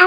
ア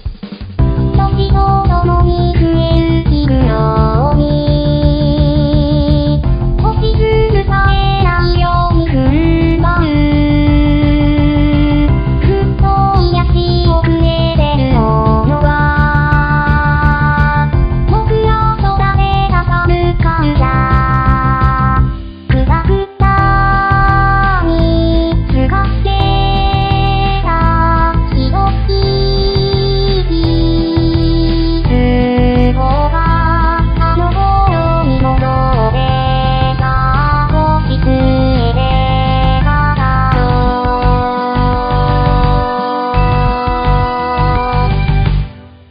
時とともに増える日々に星しずさえないように踏ん張るふっと癒し遅れてるものは僕ら空でかさむ感謝くたくたにすがしてたひどきつぼがあの頃に戻ってた星つえでから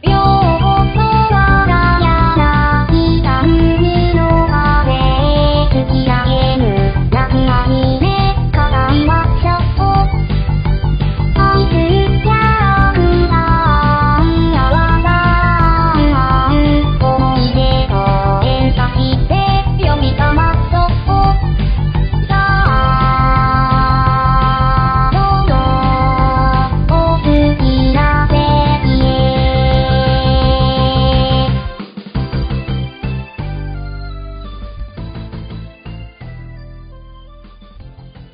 よ「ようこそわがや泣きた海の風へ突き上げる」「泣くアニメからいましょう」「愛するキャラクターあわが思い出と連鎖して呼び覚まそう」「さあどうぞお好きな席へ」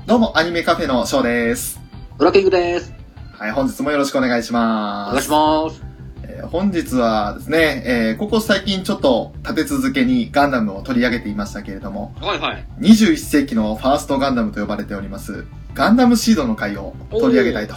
どうも、アニメカフェの翔です。ドラケングです。はい、本日もよろしくお願いしおます。願いします。えー本日はですね、えーここ最近ちょっと立て続けにガンダムを取り上げていましたけれども、はいはい。 21世紀のファーストガンダムと呼ばれております、ガンダムシードの回を取り上げたいと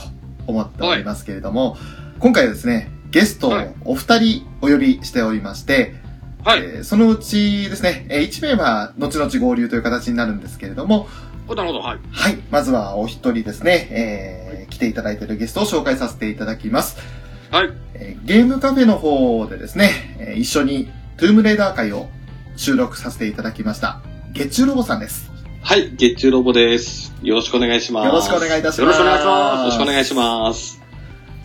思っておりますけれども、今回はですね、ゲストをお二人お呼びしておりまして、はい。えーそのうちですね、え1名は後々合流という形になるんですけれども、おなるほど、はい。はい。まずはお一人ですね、えー来ていただいているゲストを紹介させていただきます。はい。えーゲームカフェの方でですね、えー一緒にトゥームレーダー会を収録させていただきました。月中ロボさんです。はい、月中ロボです。よろしくお願いします。よろしくお願いいたしますよろしくお願いします。よろしくお願いします。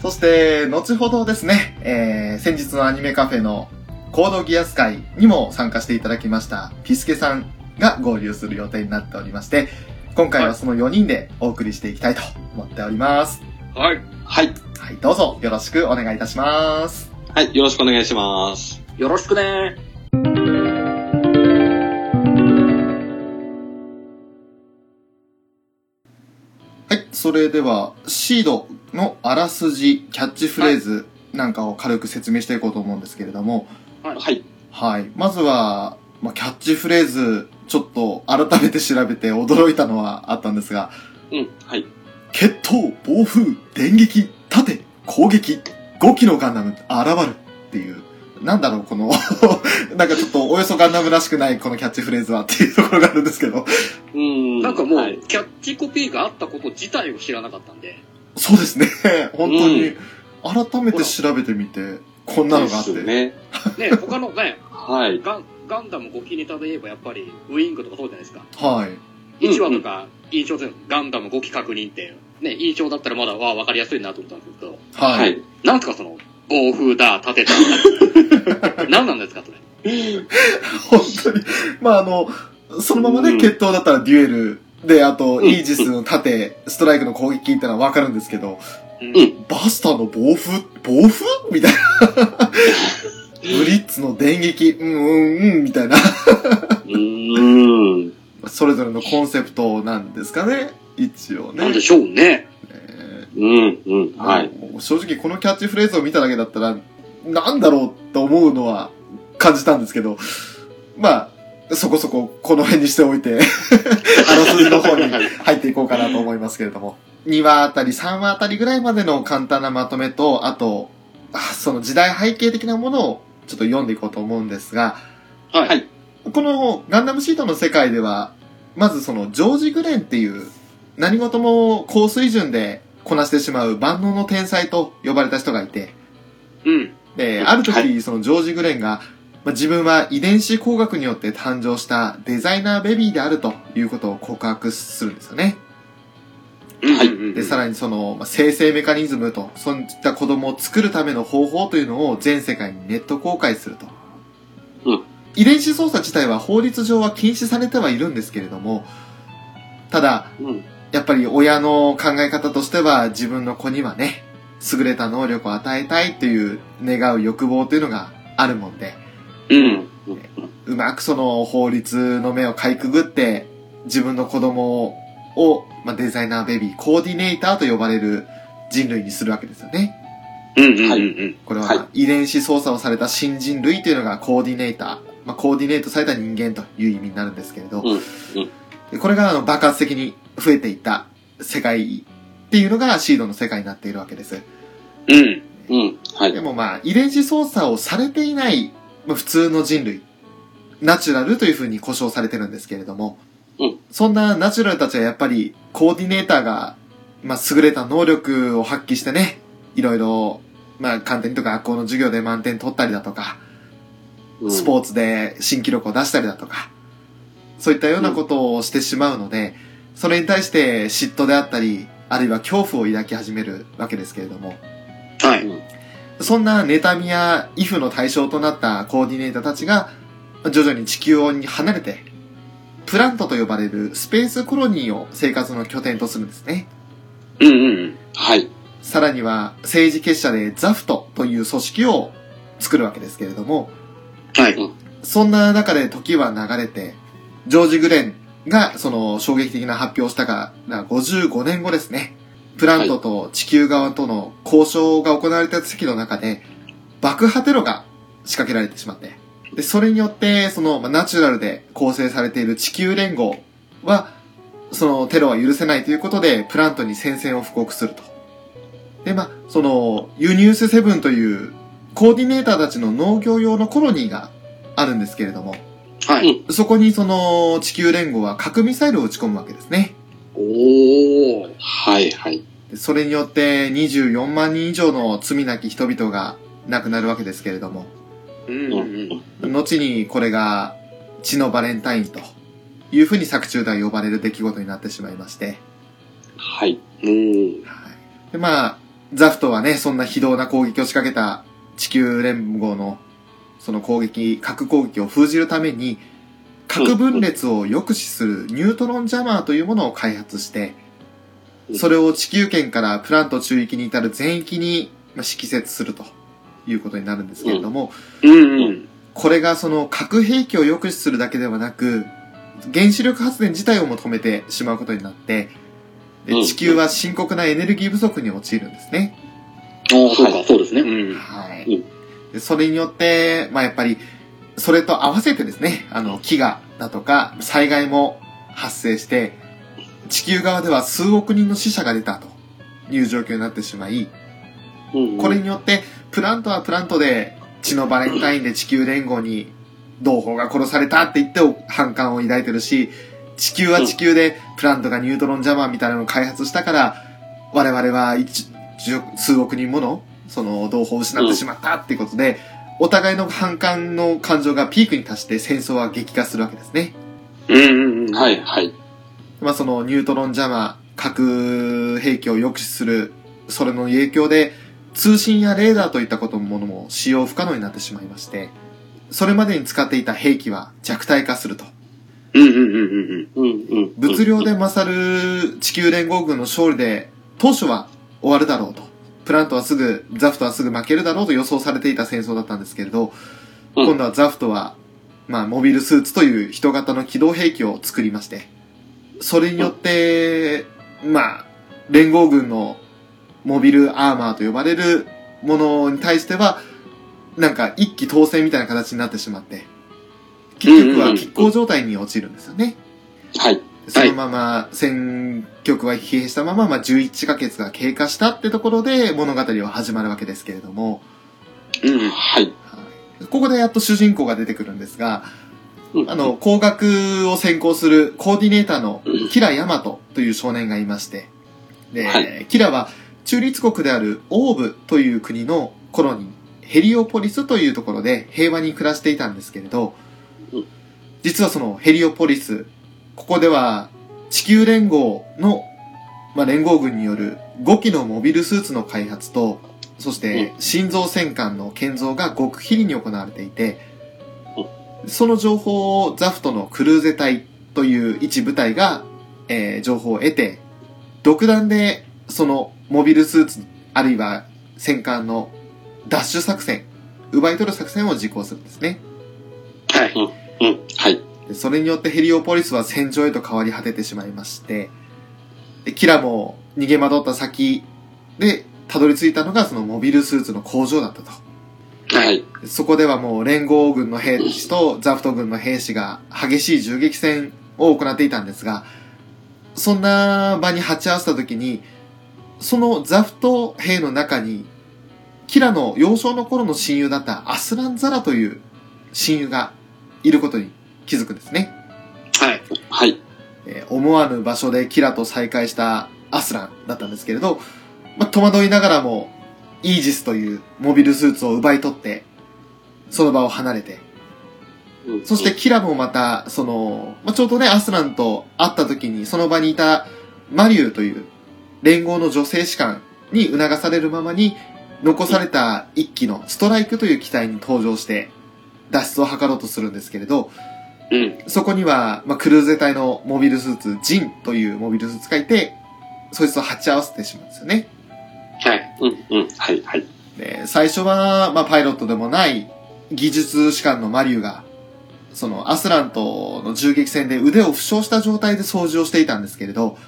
そして、後ほどですね、えー先日のアニメカフェのコードギアス会にも参加していただきました、ピスケさんが合流する予定になっておりまして、今回はその4人でお送りしていきたいと思っております。はい。はい、はい、どうぞよろしくお願いいたします。はい、よろしくお願いします。よろしくね。はい、それでは、シードのあらすじ、キャッチフレーズなんかを軽く説明していこうと思うんですけれども、はい、はい、まずは、まあ、キャッチフレーズ、ちょっと改めて調べて驚いたのはあったんですが、うん、はい。決闘、暴風、電撃、盾、攻撃、5機のガンダム、現るっていう、なんだろう、この、 なんかちょっとおよそガンダムらしくないこのキャッチフレーズはっていうところがあるんですけど、うーん。なんかもう、はい、キャッチコピーがあったこと自体を知らなかった んで。そうですね。本当うに、改めて調べてみて、こんなのがあって。ですね。ね、他のね、はい。ガン、ガンダム5期ネタで言えばやっぱり、ウィングとかそうじゃないですか。はい。うん1話とか、印象で、ガンダム5期確認って、ね、印象だったらまだわわかりやすいなと思ったんですけど、は。はいい。なんすかその、暴風だ、盾だ。 何なんですかそれ。本当に。まあ、あの、そのままうね、ん決闘だったらデュエル。で、あと、んイージスの盾、ストライクの攻撃ってのはわかるんですけど、うんうんバスターの暴風暴風みたいな。ブリッツの電撃、うんうんうん、みたいな。うーん。それぞれのコンセプトなんですかね。一応ね。なんでしょうね。えうん、うん、ーはい。もう正直このキャッチフレーズを見ただけだったら、なんだろうと思うのは感じたんですけど、まあ、そこそここの辺にしておい て、あの数字の方に入っていこうかなと思いますけれども。2話あたり、3話あたりぐらいまでの簡単なまとめと、あと、あその時代背景的なものをちょっと読んでいこうと思うんですが、はい。はいこのガンダムシートの世界では、まずそのジョージ・グレンっていう何事も高水準でこなしてしまう万能の天才と呼ばれた人がいて、うん。で、ある時、はそのジョージ・グレンが、まあ自分は遺伝子工学によって誕生したデザイナーベビーであるということを告白するんですよね。はいで、さらにその、まあ生成メカニズムと、そういった子供を作るための方法というのを全世界にネット公開すると。うん遺伝子操作自体は法律上は禁止されてはいるんですけれども、ただ、うん。やっぱり親の考え方としては自分の子にはね、優れた能力を与えたいという願う欲望というのがあるもんで、う。うんん。うん。うまくその法律の目をかいくぐって、自分の子供を、まあ、デザイナーベビー、コーディネーターと呼ばれる人類にするわけですよね。うん。うん。うん。これはいは遺伝子操作をされた新人類というのがコーディネーター、まあ、コーディネートされた人間という意味になるんですけれど、うんでこれがあの爆発的に増えていった世界っていうのがシードの世界になっているわけです。うん。うん。はでい。もまあ、遺伝子操作をされていない、まあ、普通の人類、ナチュラルというふうに呼称されてるんですけれども、うんそんなナチュラルたちはやっぱり、コーディネーターが、まあ、優れた能力を発揮してね、いろいろ、まあ、観点とか学校の授業で満点取ったりだとか、スーポーツで新記録を出したりだとか、そういったようなことをしてしまうので、それに対して嫉妬であったり、あるいは恐怖を抱き始めるわけですけれども、はツい。そんな妬みや畏怖の対象となったコーディネーターたちが、徐々に地球に離れて、プラントと呼ばれるスペースコロニーを生活の拠点とするんですね。うん。うん。はい。さらには政治結社でザフトという組織を作るわけですけれども、はい。そんな中で時は流れて、ジョージ・グレンがその衝撃的な発表をしたから55年後ですね。プラントと地球側との交渉が行われた席の中で、爆破テロが仕掛けられてしまって。で、それによって、その、まあナチュラルで構成されている地球連合は、そのテロは許せないということで、プラントに戦線を布告すると。で、まあ、その、ユニウスセブンという、コーディネーターたちの農業用のコロニーがあるんですけれども、はい。そこにその地球連合は核ミサイルを打ち込むわけですね。おー。はい。はい。でそれによって24万人以上の罪なき人々が亡くなるわけですけれども、うん。うん。後にこれが血のバレンタインというふうに作中では呼ばれる出来事になってしまいまして、はい。うん。でまあ、ザフトはね、そんな非道な攻撃を仕掛けた地球連合のその攻撃、核攻撃を封じるために、核分裂を抑止するニュートロンジャマーというものを開発して、それを地球圏からプラント中域に至る全域にまあ敷設するということになるんですけれども、うん。これがその核兵器を抑止するだけではなく、原子力発電自体をも止めてしまうことになって、でうん地球は深刻なエネルギー不足に陥るんですね。ああ、そうか、そうですね。うん。はい。でそれによって、まあやっぱり、それと合わせてですね、あの、飢餓だとか、災害も発生して、地球側では数億人の死者が出たという状況になってしまい、うんこれによって、プラントはプラントで、血のバレンタインで地球連合に、同胞が殺されたって言って反感を抱いてるし、地球は地球で、プラントがニュートロンジャマーみたいなのを開発したから、我々は一十数億人もの、その、同胞を失ってしまったっていうことで、お互いの反感の感情がピークに達して戦争は激化するわけですね。うん。うん。。はいい。はい。まあ、そのニュートロンジャマー、核兵器を抑止する、それの影響で、通信やレーダーといったことものも使用不可能になってしまいまして、それまでに使っていた兵器は弱体化すると。うん。うん。うん。うん。うん。うん。物量で勝る地球連合軍の勝利で、当初は終わるだろうと。プラントはすぐ、ザフトはすぐ負けるだろうと予想されていた戦争だったんですけれど、うん今度はザフトは、まあ、モビルスーツという人型の機動兵器を作りまして、それによって、まあ、連合軍のモビルアーマーと呼ばれるものに対しては、なんか一気当選みたいな形になってしまって、結局は拮抗状態に陥るんですよね。はい。そのまま戦局は疲弊したまま、まあ、11ヶ月が経過したってところで物語は始まるわけですけれども、うん。はい。はいここでやっと主人公が出てくるんですが、うんあ、の、工学を専攻するコーディネーターのキラヤマトという少年がいまして、で、はキラは中立国であるオーブという国のコロニー、ヘリオポリスというところで平和に暮らしていたんですけれどうん、実はそのヘリオポリス、ここでは地球連合のまあ、連合軍による5機のモビルスーツの開発と、そして心臓戦艦の建造が極秘裏に行われていて、その情報をザフトのクルーゼ隊という一部隊が、えー情報を得て、独断でそのモビルスーツ、あるいは戦艦の奪取作戦、奪い取る作戦を実行するんですね。はい。うん。はい。でそれによってヘリオポリスは戦場へと変わり果ててしまいまして、でキラも逃げ惑った先で、たどり着いたのがそのモビルスーツの工場だったと。はい。でそこではもう連合軍の兵士とザフト軍の兵士が激しい銃撃戦を行っていたんですが、そんな場に鉢合わせた時に、そのザフト兵の中に、キラの幼少の頃の親友だったアスランザラという親友がいることに気づくんですね。はい。はい。えー思わぬ場所でキラと再会したアスランだったんですけれど、まあ、戸惑いながらも、イージスというモビルスーツを奪い取って、その場を離れて、うんそして、キラもまた、その、まあ、ちょうどね、アスランと会った時に、その場にいたマリューという連合の女性士官に促されるままに、残された一機のストライクという機体に登場して、脱出を図ろうとするんですけれど、うん。そこには、まあ、クルーゼ隊のモビルスーツ、ジンというモビルスーツがいて、そいつと鉢合わせてしまうんですよね。はい。うん。うん。はい。はい。で、最初は、まあ、パイロットでもない技術士官のマリュが、そのアスランとの銃撃戦で腕を負傷した状態で掃除をしていたんですけれど、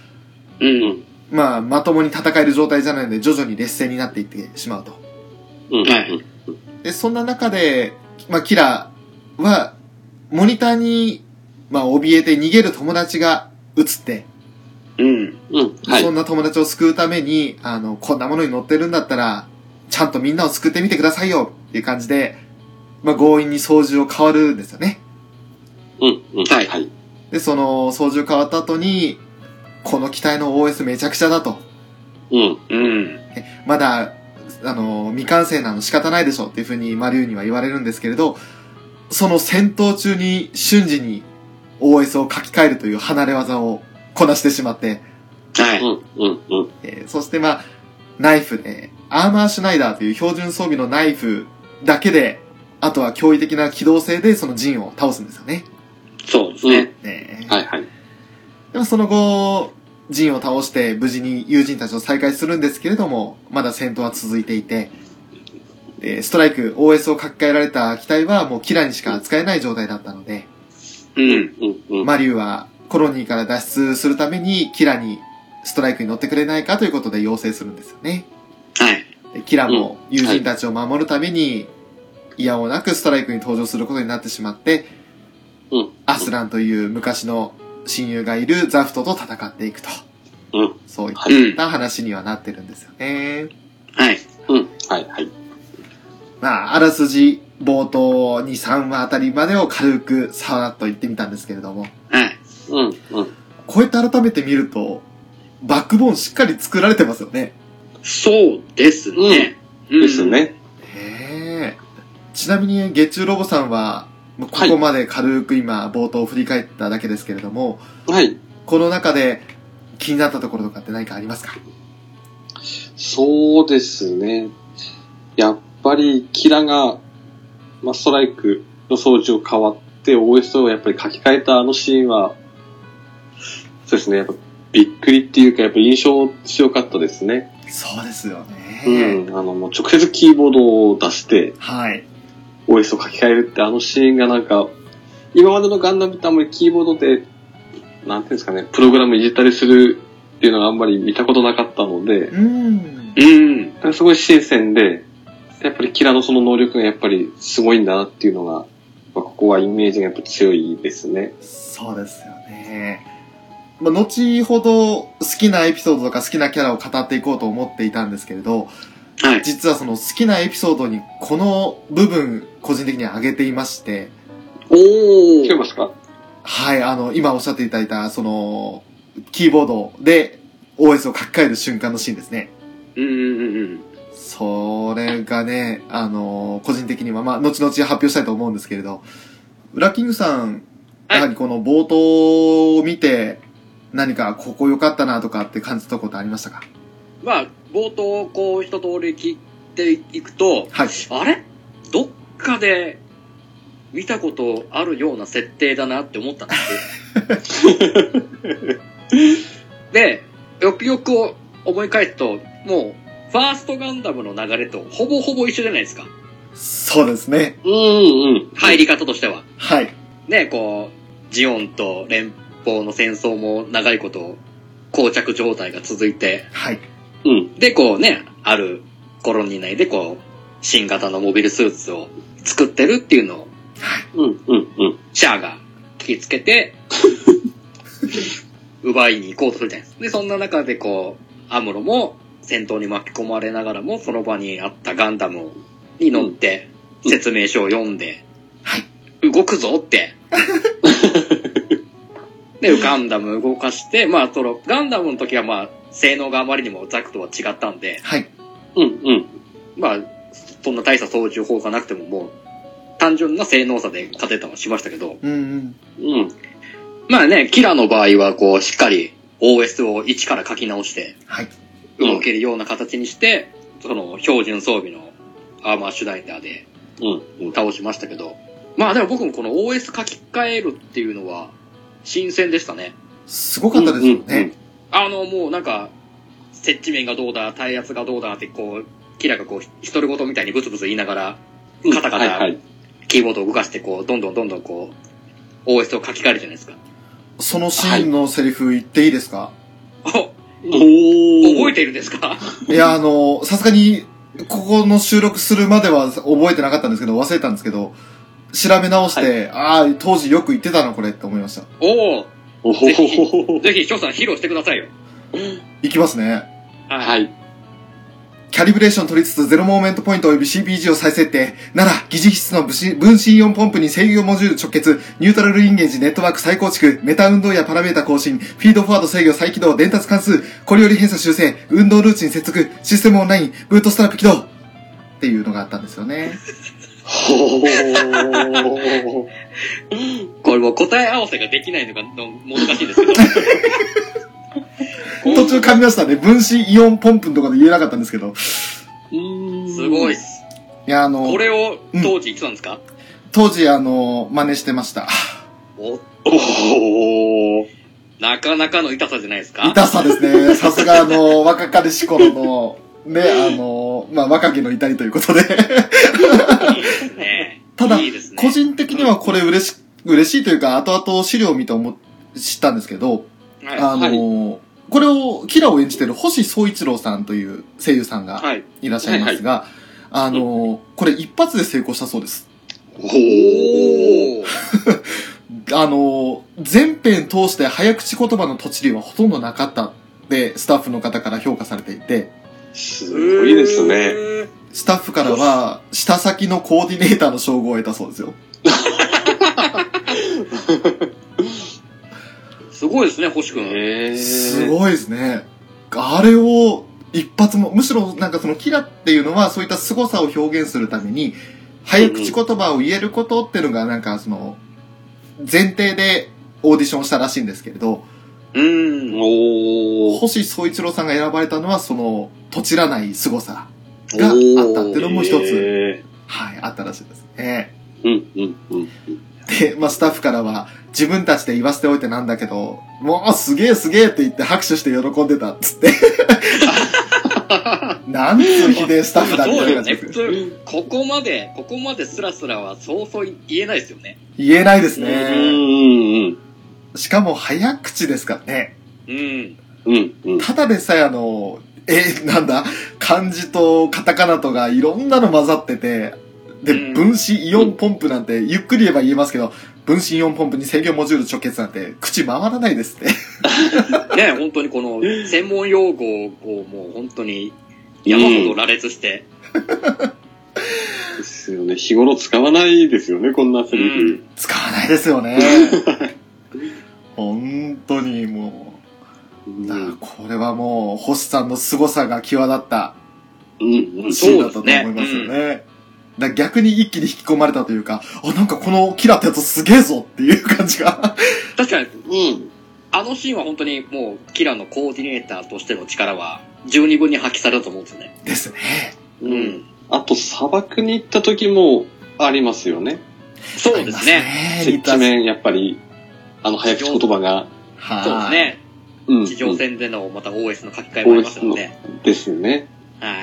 うん。まあ、まともに戦える状態じゃないので、徐々に劣勢になっていってしまうと。うん。はいうん。で、そんな中で、まあ、キラは、モニターに、まあ、怯えて逃げる友達が映って、うん。うん。はいそ。んな友達を救うために、あの、こんなものに乗ってるんだったら、ちゃんとみんなを救ってみてくださいよっていう感じで、まあ、強引に操縦を変わるんですよね。うん。うん。はいはい。で、その、操縦変わった後に、この機体の OS めちゃくちゃだと。うん。うん。まだ、あの、未完成なの仕方ないでしょっていうふうにマリュウには言われるんですけれど、その戦闘中に瞬時に OS を書き換えるという離れ技をこなしてしまって、はうい。ん。うん。うん。えーそしてまあ、ナイフで、アーマーシュナイダーという標準装備のナイフだけで、あとは驚異的な機動性でそのジンを倒すんですよね。そうですね。ねはい。はい。でもその後、ジンを倒して無事に友人たちを再会するんですけれども、まだ戦闘は続いていて、でストライク、OS を書き換えられた機体はもうキラにしか扱えない状態だったので、うん。うん。うん。マリュウはコロニーから脱出するためにキラにストライクに乗ってくれないかということで要請するんですよね。はい。キラも友人たちを守るために、いやおなくストライクに登場することになってしまって、うんアスランという昔の親友がいるザフトと戦っていくと。うんそういっうん。た話にはなってるんですよね。はい。うん。はい。はい。まあ、あらすじ、冒頭2、3話あたりまでを軽くさらっと言ってみたんですけれども、はい。うん。うん。こうやって改めて見ると、バックボーンしっかり作られてますよね。そうですね。うんです。ね。へえ。ちなみに、月中ロボさんは、まあここまで軽く今、冒頭を振り返っただけですけれども、はい。この中で気になったところとかって何かありますかそうですね。やっぱり、キラが、まあ、ストライクの掃除を変わって、OS をやっぱり書き換えたあのシーンは、そうですね。やっぱ、びっくりっていうか、やっぱ印象強かったですね。そうですよね。うん。あの、もう直接キーボードを出して、はい。 OS を書き換えるってあのシーンがなんか、今までのガンダムってあんまりキーボードで、なんていうんですかね、プログラムいじったりするっていうのがあんまり見たことなかったので、うん。うん。すごい新鮮で、やっぱりキラのその能力がやっぱりすごいんだなっていうのが、まあ、ここはイメージがやっぱ強いですね。そうですよね。まあ、後ほど好きなエピソードとか好きなキャラを語っていこうと思っていたんですけれど、はい。実はその好きなエピソードにこの部分、個人的には挙げていまして、お聞こえー。ますかはい、あの、今おっしゃっていただいた、その、キーボードで OS を書き換える瞬間のシーンですね。うんうんうん。それがね、あの、個人的には、まあ、後々発表したいと思うんですけれど、ウラキングさん、はいやはりこの冒頭を見て、何かここ良かったなとかって感じたことありましたかまあ、冒頭、こう、一通り聞いていくと、はい。あれどっかで見たことあるような設定だなって思ったんです よ。で、よくよく思い返すと、もう、ファーストガンダムの流れとほぼほぼ一緒じゃないですか。そうですね。うんうん。入り方としては。はい。ね、こう、ジオンと連邦の戦争も長いこと、膠着状態が続いて、はい。うん。で、こうね、あるコロニー内でこう、新型のモビルスーツを作ってるっていうのを、うんうんうん。シャアが聞きつ けて、奪いに行こうとするじゃないですか。で、そんな中でこう、アムロも戦闘に巻き込まれながらも、その場にあったガンダムに乗って、うん説明書を読んで、動くぞ って。で、ガンダム動かして、まあ、その、ガンダムの時はまあ、性能があまりにもザクとは違ったんで、はい。うんうん。まあ、そんな大した操縦法がなくてももう、単純な性能差で勝てたりはしましたけど、うんうん。うん。まあね、キラの場合はこう、しっかり OS を一から書き直して、はい。動けるような形にして、その、標準装備のアーマーシュライダーでうん。倒しましたけど、まあでも僕もこの OS 書き換えるっていうのは、新鮮でしたね。すごかったですようんうんね。あの、もうなんか、接地面がどうだ、耐圧がどうだってこう、キラがこう、独り言みたいにブツブツ言いながら、うんカタカタはいはい。キーボードを動かして、こう、どんどんどんどんこう、OS を書き換えるじゃないですか。そのシーンのセリフ言っていいですか、おお覚えてているんですか い、や、あの、さすがに、ここの収録するまでは覚えてなかったんですけど、忘れたんですけど、調べ直して、ああ、当時よく言ってたな、これって思いました。おおおほほほほ。ぜひ、翔さん披露してく ださいよ。いきますね。はい。はい。キャリブレーション取りつつ、ゼロモーメントポイント及び CPG を再設定。なら、疑似室の分子分子イオンポンプに制御モジュール直結、ニュートラルインゲージ、ネットワーク再構築、メタ運動やパラメータ更新、フィードフォワード制御再起動、伝達関数、これより偏差修正、運動ルーチン接続、システムオンライン、ブートストラップ起動。っていうのがあったんですよね。ほほこれもう答え合わせができないのがの難しいです けど。途中噛みましたね。分子イオンポンプのところで言えなかったんですけど。すごいっす。す。いや、あのこ、れを当時いつなんですか、当時、あの、真似してました。おおほなかなかの痛さじゃないですか痛さですね。さすが、あの、若かりし頃の、ね、あの、まあ、若気の至りということで。 ねえただいいですね。個人的にはこれ嬉し、嬉しいというか、後々資料を見て思、知ったんですけど、はい。あの、これを、キラを演じてる星総一郎さんという声優さんがはい。いらっしゃいますが、あの、これ一発で成功したそうです。ほおーあの、全編通して早口言葉のとちりはほとんどなかったって、スタッフの方から評価されていて、すごいですね。ね。スタッフからは、下先のコーディネーターの称号を得たそうですよ。すごいですね、星くん。へーすごいですね。あれを一発も、むしろなんかそのキラっていうのはそういった凄さを表現するために、早口言葉を言えることっていうのがなんかその、前提でオーディションをしたらしいんですけれど、うーん。おー。星総一郎さんが選ばれたのはその、とちらない凄さがあったっていうのも一つ。へーはい、あったらしいですね。うんうんうん。で、まあ、スタッフからは、自分たちで言わせておいてなんだけど、もうすげえすげえって言って拍手して喜んでたっつって。なんていうひでえスタッフだみそたういよな感じね。普です。通、ここまで、ここまでスラスラはそうそう言えないですよね。言えないですうんね。うんしかも早口ですからね。うん。うん。うんただでさえあの、え、なんだ、漢字とカタカナとかいろんなの混ざってて、うで、ん分子イオンポンプなんて、ゆっくり言えば言えますけど、分子イオンポンプに制御モジュール直結なんて、口回らないですって。ね本当にこの、専門用語をもう本当に山ほど羅列して、ですよね。日頃使わないですよね、こんなセリフ。使わないですよ ね。本当にもう、だからこれはもう、星さんの凄さが際立ったうんうんシーンだったと思いますそうよですね。だから逆に一気に引き込まれたというか、あ、なんかこのキラってやつすげえぞっていう感じが。 確かにうん。あのシーンは本当にもう、キラのコーディネーターとしての力は、十二分に発揮されると思うんですね。ですね。う。うんん。あと、砂漠に行った時もありますよね。そうですね。あり接ます地ね。面、やっぱり、あの、早口言葉が、はい。そうですね。うん。地上戦でのまた OS の書き換えもありますので。ですね。はい。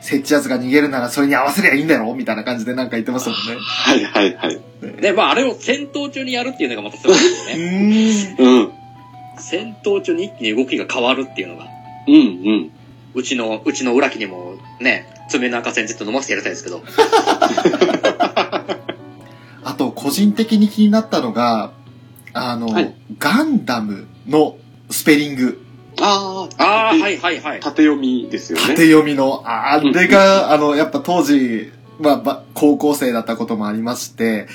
設置奴が逃げるならそれに合わせりゃいいんだろみたいな感じでなんか言ってましたもんね。はいはいはい。で、まああれを戦闘中にやるっていうのがまたすごいですうよね。ーん。うん。うん 戦闘中に一気に動きが変わるっていうのが、うん。うちの、うちの裏木にもね、爪の赤線ずっと飲ませてやりたいですけど。あと、個人的に気になったのが、あの、はいガンダムのスペリング、ああ、ああ、はいはいはい。縦読みですよね。縦読みの、あうんれが、あの、やっぱ当時、まあば、高校生だったこともありまして、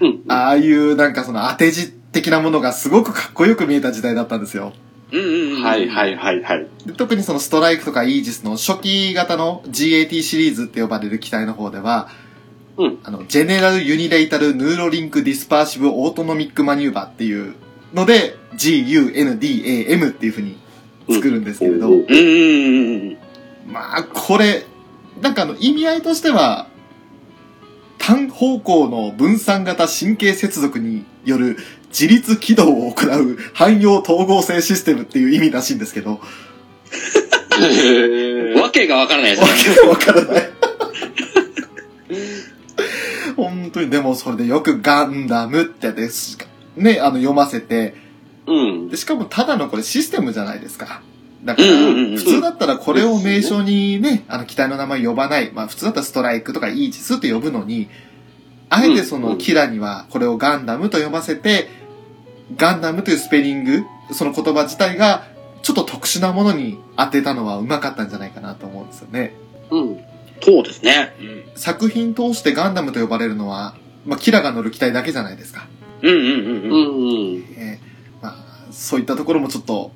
うん。ああいうなんかその当て字的なものがすごくかっこよく見えた時代だったんですよ。うんうんうん。。はいはいいはいはい。で特にそのストライクとかイージスの初期型の GAT シリーズって呼ばれる機体の方では、うんあの、ジェネラル・ユニレイタル・ヌーロリンク・ディスパーシブ・オートノミック・マニューバーっていうので、GUNDAM っていう風に作るんですけれど、うんうんうんうんうん。まあ、これ、なんかあの、意味合いとしては、単方向の分散型神経接続による自律起動を行う汎用統合性システムっていう意味らしいんですけど、へーわけがわからないですわね。けがわからない。本当に、でもそれでよくガンダムってですね、あの、読ませて、うん。で、しかもただのこれシステムじゃないですか。だから、うんうんうんうん普通だったらこれを名称にね、あの、機体の名前呼ばない。まあ、普通だったらストライクとかイージスって呼ぶのに、あえてそうんうのんキラにはこれをガンダムと呼ばせて、ガンダムというスペリング、その言葉自体が、ちょっと特殊なものに当てたのはうまかったんじゃないかなと思うんですよね。うん。そうですね。作品通してガンダムと呼ばれるのは、まあ、キラが乗る機体だけじゃないですか。うんうんうんううんうん。ん。えーまあ、そういったところもちょっと、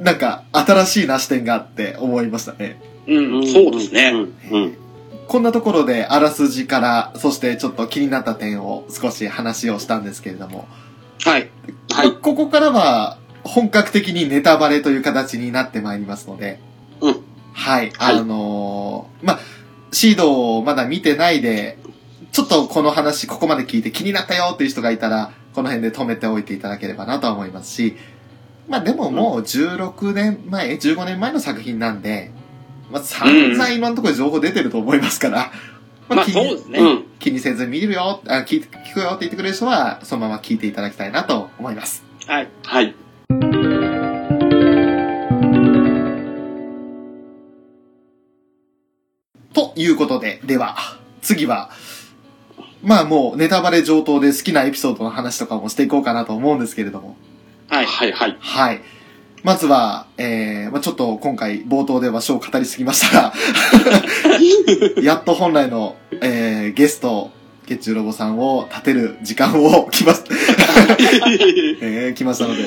なんか、新しいな視点があって思いましたね。うんうん、そうですうね。ん。うん。こんなところで、あらすじから、そしてちょっと気になった点を少し話をしたんですけれども、はい。はいまあ。ここからは、本格的にネタバレという形になってまいりますので、うんはい、はいあのーまあ、シードをまだ見てないで、ちょっとこの話、ここまで聞いて気になったよっていう人がいたら、この辺で止めておいていただければなとは思いますし、まあでももう16年前、え15年前の作品なんで、まあ散々今のところ情報出てると思いますから、まあ気そうにですね。うん。気にせず見るよ、あ聞い聞くよって言ってくれる人は、そのまま聞いていただきたいなと思います。はい。はい。ということで、では、次は、まあもうネタバレ上等で好きなエピソードの話とかもしていこうかなと思うんですけれども。はい。はいはい。はい。まずは、えー、まあちょっと今回冒頭では書を語りすぎましたが、やっと本来の、えー、ゲスト、月中ロボさんを立てる時間を 来ました、えー、来ましたので、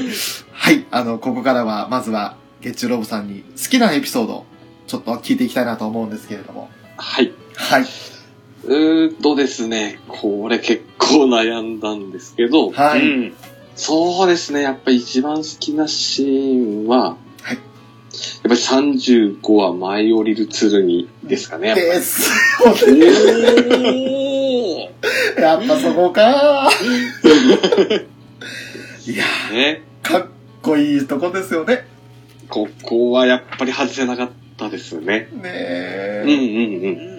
はい、あの、ここからは、まずは、月中ロボさんに好きなエピソード、ちょっと聞いていきたいなと思うんですけれども。はい。はい。うーんとですね、これ結構悩んだんですけど、はい。うん。そうですね、やっぱり一番好きなシーンは、はいやっぱり35は舞い降りる剣ですかね、やっぱりです。おーやっぱそこ か。いや、ね。かっこいいとこですよね。ここはやっぱり外せなかったですね。ねうえんうんうん。うんうんうんうん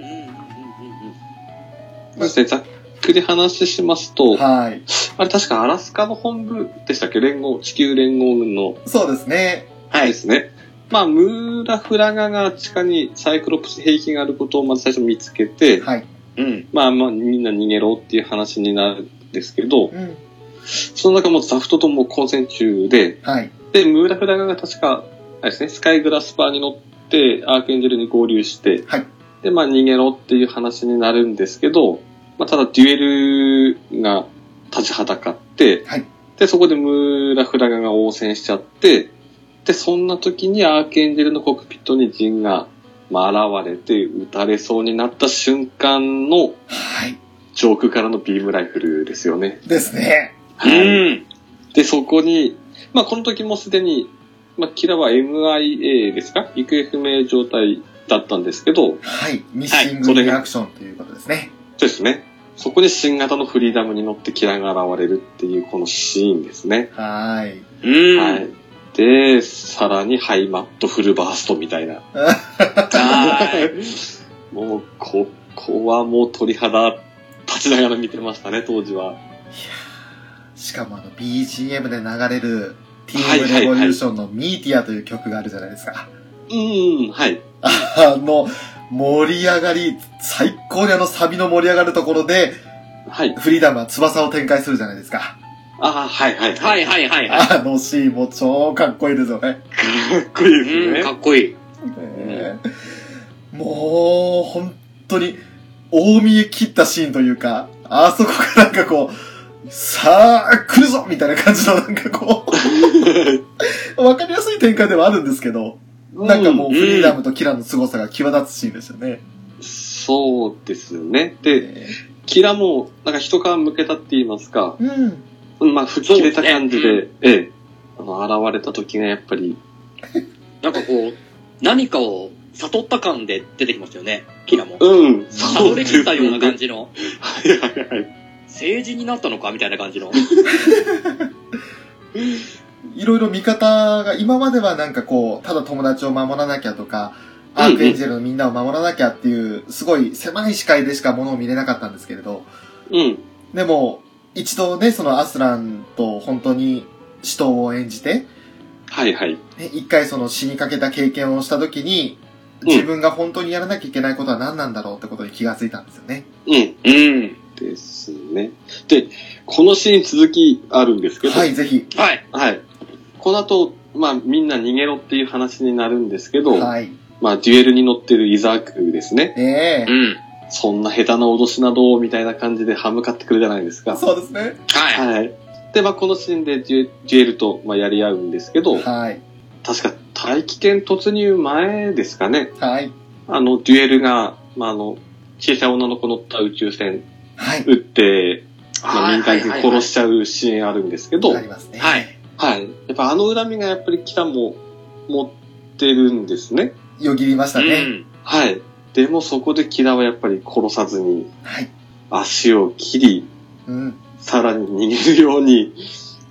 そしてざっくり話しますと、はい。あれ確かアラスカの本部でしたっけ連合、地球連合軍のそうですね。はいですね。まあ、ムーラ・フラガが地下にサイクロプス兵器があることをまず最初見つけて、はい。うん。うん。まあ、まあ、みんな逃げろっていう話になるんですけど、うん。その中もザフトとも交戦中で、はい。で、ムーラ・フラガが確か、あれですね、スカイグラスパーに乗って、アークエンジェルに合流して、はいで、まあ、逃げろっていう話になるんですけど、まあ、ただ、デュエルが立ちはだかって、はいで、そこでムーラ・フラガが応戦しちゃって、で、そんな時にアークエンジェルのコックピットにジンが、まあ、現れて撃たれそうになった瞬間のはい。上空からのビームライフルですよね。ですね。うん。で、そこに、まあ、この時もすでに、まあ、キラは MIA ですか行方不明状態だったんですけど、はい。ミッシングリアクションということですね。そうですね。そこで新型のフリーダムに乗ってキラが現れるっていうこのシーンですね。はーい。うん。はい。で、さらにハイマットフルバーストみたいな。はい。 もう、ここはもう鳥肌立ちながら見てましたね、当時は。しかもあの BGM で流れるティはいームはいはいレボリューションのミーティアという曲があるじゃないですか。うん、はい。あの、盛り上がり、最高にあのサビの盛り上がるところで、はい。フリーダムは翼を展開するじゃないですか。ああ、はいはい。はいいはいはいはあのシーンも超かっこいいですよね。かっこいい。いうん、ですかね。っこいい。ねもう、本当に、大見え切ったシーンというか、あそこがなんかこう、さあ、来るぞみたいな感じのなんかこ う、わかりやすい展開ではあるんですけど、なんかもうフリーダムとキラの凄さが際立つシーンでしたね。そうですね。で、キラも、なんか一皮向けたって言いますか、うん。まあ、吹っ切れた感じそうで、ええ、あの、現れた時がやっぱり、なんかこう、何かを悟った感で出てきますよね、キラも。うん、悟りきったような感じ。じの、はいはいはい。成人になったのかみたいな感じの。いろいろ見方が、今まではなんかこう、ただ友達を守らなきゃとか、うんアークエンジェルのみんなを守らなきゃっていう、すごい狭い視界でしかものを見れなかったんですけれど、うん、でも、一度ね、そのアスランと本当に死闘を演じて、ねはいはい。一回その死にかけた経験をした時に、ん自分が本当にやらなきゃいけないことは何なんだろうってことに気がついたんですよね。うん、うん。ですね。で、このシーン続きあるんですけど、はい、ぜひ。はい。はい。この後、まあみんな逃げろっていう話になるんですけど、はい。まあデュエルに乗ってるイザークですね。ねうえ。ん。そんな下手な脅しなど、みたいな感じで歯向かってくるじゃないですか。そうですね。はい。はい。で、まあこのシーンでデュエデュエルと、まあ、やり合うんですけど、はい。確か大気圏突入前ですかね。はい。あの、デュエルが、まああの、小さい女の子乗った宇宙船はい。撃って、まあ、はい民間人殺しちゃうシーンあるんですけど、ありますね。はい。はい。やっぱあの恨みがやっぱり北も持ってるんですね。よぎりましたはいはい。うね。ん。はい。でもそこでキラはやっぱり殺さずにはい。足を切り、うん。さらに逃げるように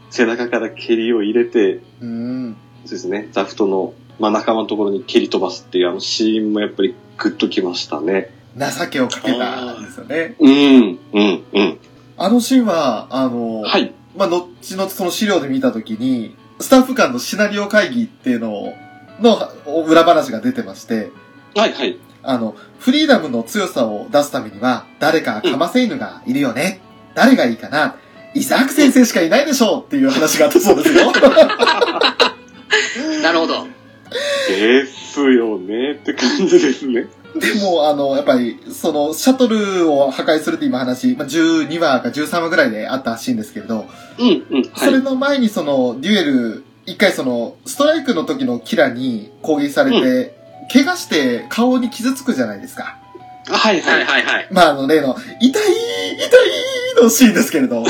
背中から蹴りを入れて、うん。そうですね、ザフトの、まあ、仲間のところに蹴り飛ばすっていうあのシーンもやっぱりグッときましたね。情けをかけたんですよね。うん、うん、うん。あのシーンは、あの、はい。まあ、後々その資料で見たときに、スタッフ間のシナリオ会議っていうのを、の裏話が出てまして、はい、はい。あの、フリーダムの強さを出すためには、誰かカマセイヌがいるよね。誰がいいかな。イザーク先生しかいないでしょうっていう話があったそうです よ。なるほど。ですよねって感じですね。でも、あの、やっぱり、その、シャトルを破壊するって今話、まあ、12話か13話ぐらいであったらしいんですけれど、うん、うん、はそれい。の前にその、デュエル、一回その、ストライクの時のキラに攻撃されて、怪我して顔に傷つくじゃないですか。はい、ははいい。はいはい。まあ、あの、例の、痛い、痛いのシーンですけ れど、はい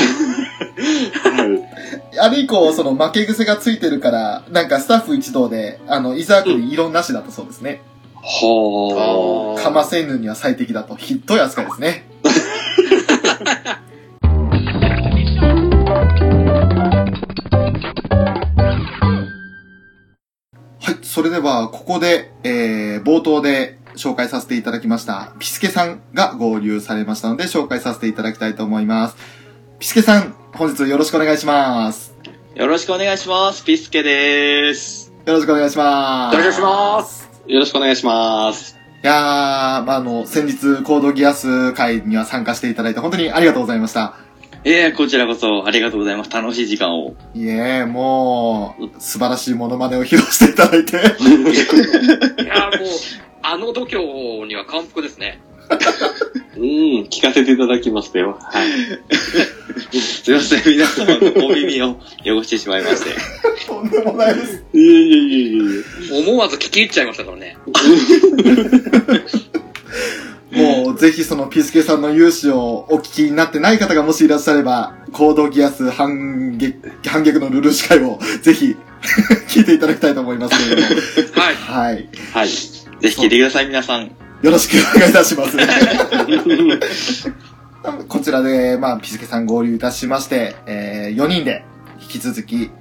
あれ以降、その、負け癖がついてるから、なんかスタッフ一同で、あの、イザークに異論なしだったそうですね。はあ。あーかませぬには最適だと、ひどい扱いですね。はい、それでは、ここで、えー、冒頭で紹介させていただきました、ピスケさんが合流されましたので、紹介させていただきたいと思います。ピスケさん、本日よろしくお願いします。よろしくお願いします。ピスケです。よろしくお願いします。よろしくお願いします。よろしくお願いします。いやー、まあ、あの、先日、コードギアス会には参加していただいて、本当にありがとうございました。いえ、こちらこそありがとうございます。楽しい時間を。いえ、もう、素晴らしいモノマネを披露していただいて。 いやーもう、あの度胸には感服ですね。うん、聞かせていただきましたよ。はい。すいません、皆様のお耳を汚してしまいまして。とんでもないです。 いえいえいえいえいえ。思わず聞き入っちゃいましたからね。もうぜひそのピースケさんの勇姿をお聞きになってない方がもしいらっしゃれば、行動ギアス反撃、反撃のルルーシュ会をぜひ 聞いていただきたいと思いますけれども。はい。はい。はい。ぜひ聞いてください、皆さん。よろしくお願いいたします。 こちらで、まあ、ピスケさん合流いたしまして、え4人で引き続き好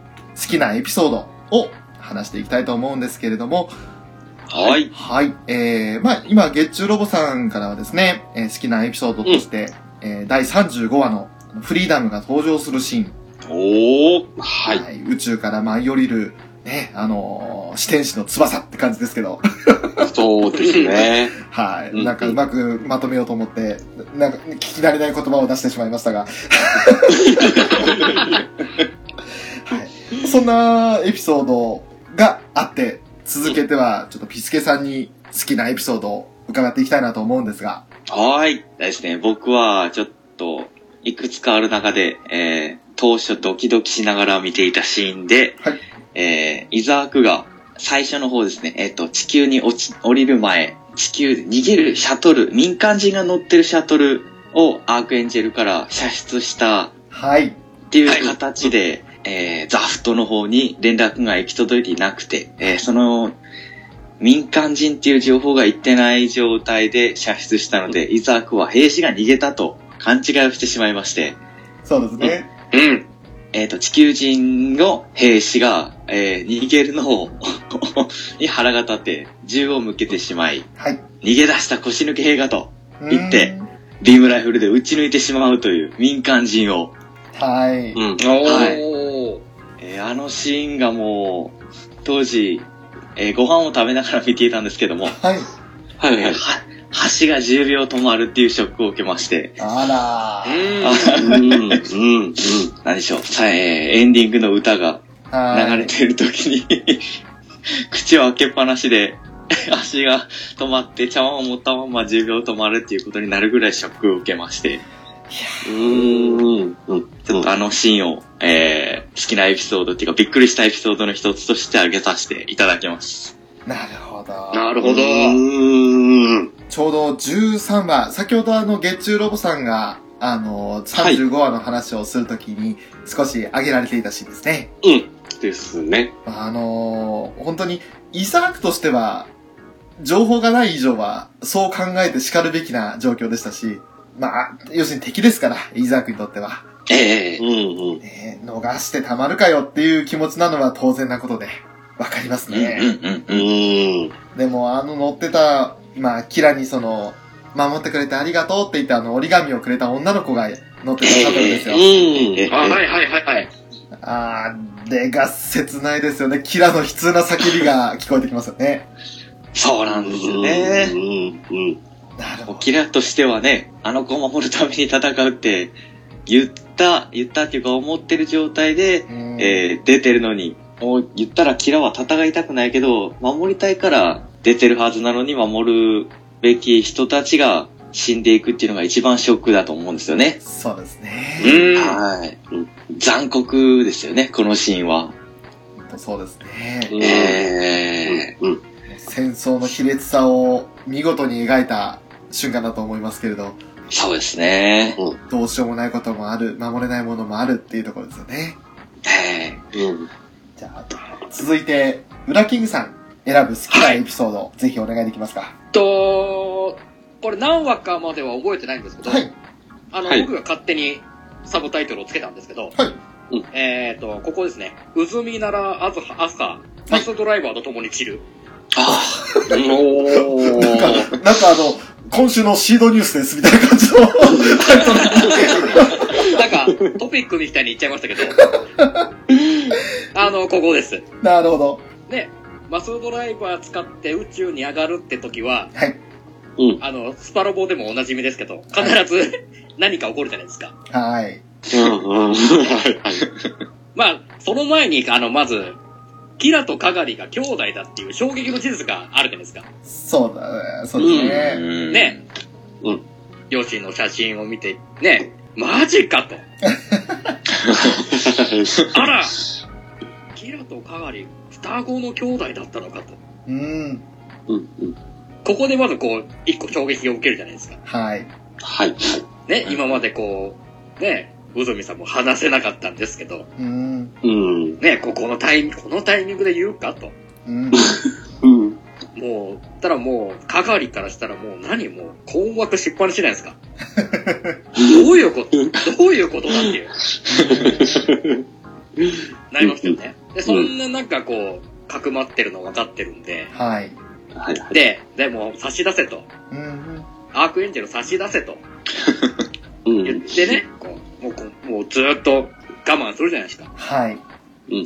きなエピソードを話していきたいと思うんですけれども、はい。はい。えー、まあ、今、月中ロボさんからはですね、えー好きなエピソードとして、えー第35話のフリーダムが登場するシーン、おー。はい。はい宇宙から舞い降りる、ね、あのー、視天使の翼って感じですけど、そうですね。はうい。んなんかうまくまとめようと思って、なんか聞き慣れない言葉を出してしまいましたが。はい、そんなエピソードがあって、続けてはちょっとピスケさんに好きなエピソードを伺っていきたいなと思うんですが。はい。ですね、僕はちょっと、いくつかある中で、えー、当初ドキドキしながら見ていたシーンで、はいえー、イザークが最初の方ですね、えっ、と、地球に落ち、降りる前、地球逃げるシャトル、民間人が乗ってるシャトルをアークエンジェルから射出したはい。っていう形で、えーザフトの方に連絡が行き届いていなくて、えーその、民間人っていう情報が行ってない状態で射出したので、イザークは兵士が逃げたと勘違いをしてしまいまして、そうですね。うん。えっ、と、地球人の兵士が、えー逃げるのを、 に腹が立って、銃を向けてしまい、はい。逃げ出した腰抜け兵がと、うーん行って。ビームライフルで撃ち抜いてしまうという民間人を、はい。うん。おー。はいえーあのシーンがもう、当時、えーご飯を食べながら見ていたんですけども、はい。はいえはーい。は箸が10秒止まるっていうショックを受けまして、あうん。うん。うん。うん、何でしょう、さえーエンディングの歌がらー。流れてる時に、 口を開けっぱなしで、 足が止まって茶碗を持ったまま10秒止まるっていうことになるぐらいショックを受けまして、うん。うん。ちょっとあのシーンを、えー好きなエピソードっていうかびっくりしたエピソードの一つとして挙げさせていただきます。なるほど。なるほど。うん。ちょうど13話、先ほどあの月中ロボさんが、あの、35話の話をするときに少し挙げられていたシーンですね。ですね。あのー、本当に、イサークとしては、情報がない以上は、そう考えて叱るべきな状況でしたし、まあ、要するに敵ですから、イザークにとっては。ええうん。うん。ねえ逃してたまるかよっていう気持ちなのは当然なことで、わかりますうんね。うんうんううん。ん。でも、あの乗ってた、まあ、キラにその、守ってくれてありがとうって言ってあの折り紙をくれた女の子が乗ってたシャトルです よ。うん。あ、はいはいはいはい。あー、でが切ないですよね。キラの悲痛な叫びが 聞こえてきますよね。そうなんですよね。うん。うん。なるほど。キラとしてはね、あの子を守るために戦うって言った、言ったっていうか思ってる状態で、うんえー出てるのに、もう言ったらキラは戦いたくないけど、守りたいから出てるはずなのに守るべき人たちが死んでいくっていうのが一番ショックだと思うんですよね。そうですうね。ん。はい。残酷ですよね、このシーンは。本当そうですね。ええうん。戦争の卑劣さを見事に描いた瞬間だと思いますけれど、そうですね。どうしようもないこともある、守れないものもあるっていうところですよね。ええうん。じゃあ、続いて、裏キングさん、選ぶ好きなエピソード、ぜひお願いできますか。と、これ何話かまでは覚えてないんですけど、はい。あの、はい僕が勝手にサブタイトルをつけたんですけど、はいうんえっ、と、ここですね、うずみならあずは、あすか、バスドライバーと共に散る。あおなんか、ー。なんかあの、今週のシードニュースですみたいな感じの タイトルなんか、トピックみたいに言っちゃいましたけど、 あの、ここです。なるほど。で、バスドライバー使って宇宙に上がるって時は、はい。うん。あの、スパロボでもおなじみですけど、必ず 何か起こるじゃないですか。はい。うん。はい。はい。まあ、その前に、あの、まず、キラとカガリが兄弟だっていう衝撃の事実があるじゃないですか。そうだね、そうですあ。ね。うんね。両親の写真を見て、ね、マジかと。あら、キラとカガリ、双子の兄弟だったのかと。うん。うん。うん。ここでまずこう、一個衝撃を受けるじゃないですか。はい。はい。はい。ね、今までこう、ね、宇都さんも話せなかったんですけど、うん。うん。ね、ここのタイミング、このタイミングで言うかと。うん。うん。もう、たらもう、かがりからしたらもう何もう、困惑しっぱなしじゃないです か。どういうこと、どういうことだっていう、なりますよね。で、そんななんかこう、かくまってるの分かってるんで、はい。はい。はい。で、でも差し出せと。うん。アークエンジェル差し出せとう言っん。てね、こう、もうこう、もうずーっと我慢するじゃないですか。はい。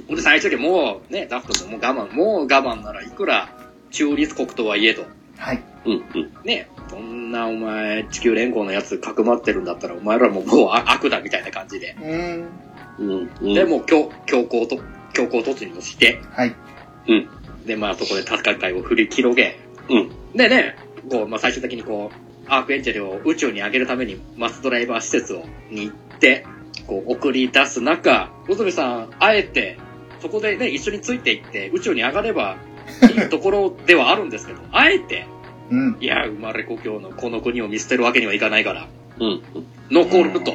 ほんで最終的にもうね、ダフトももう我慢、もう我慢ならいくら中立国とはいえと。はい。うん。うん。ね、そんなお前、地球連合のやつかくまってるんだったら、お前らももうあ悪だみたいな感じで。うん。うん。うん。で、もう強強行と、強行突入をして、はい。で、まあそこで戦いを振り広げ、うん。でね、こう、まあ最終的にこう、アークエンジェルを宇宙に上げるためにマスドライバー施設を、に行って、こう送り出す中、ロズルさん、あえて、そこでね、一緒についていって、宇宙に上がれば、いいところではあるんですけど、あえて、うん。いや、生まれ故郷のこの国を見捨てるわけにはいかないから、うん。残ると。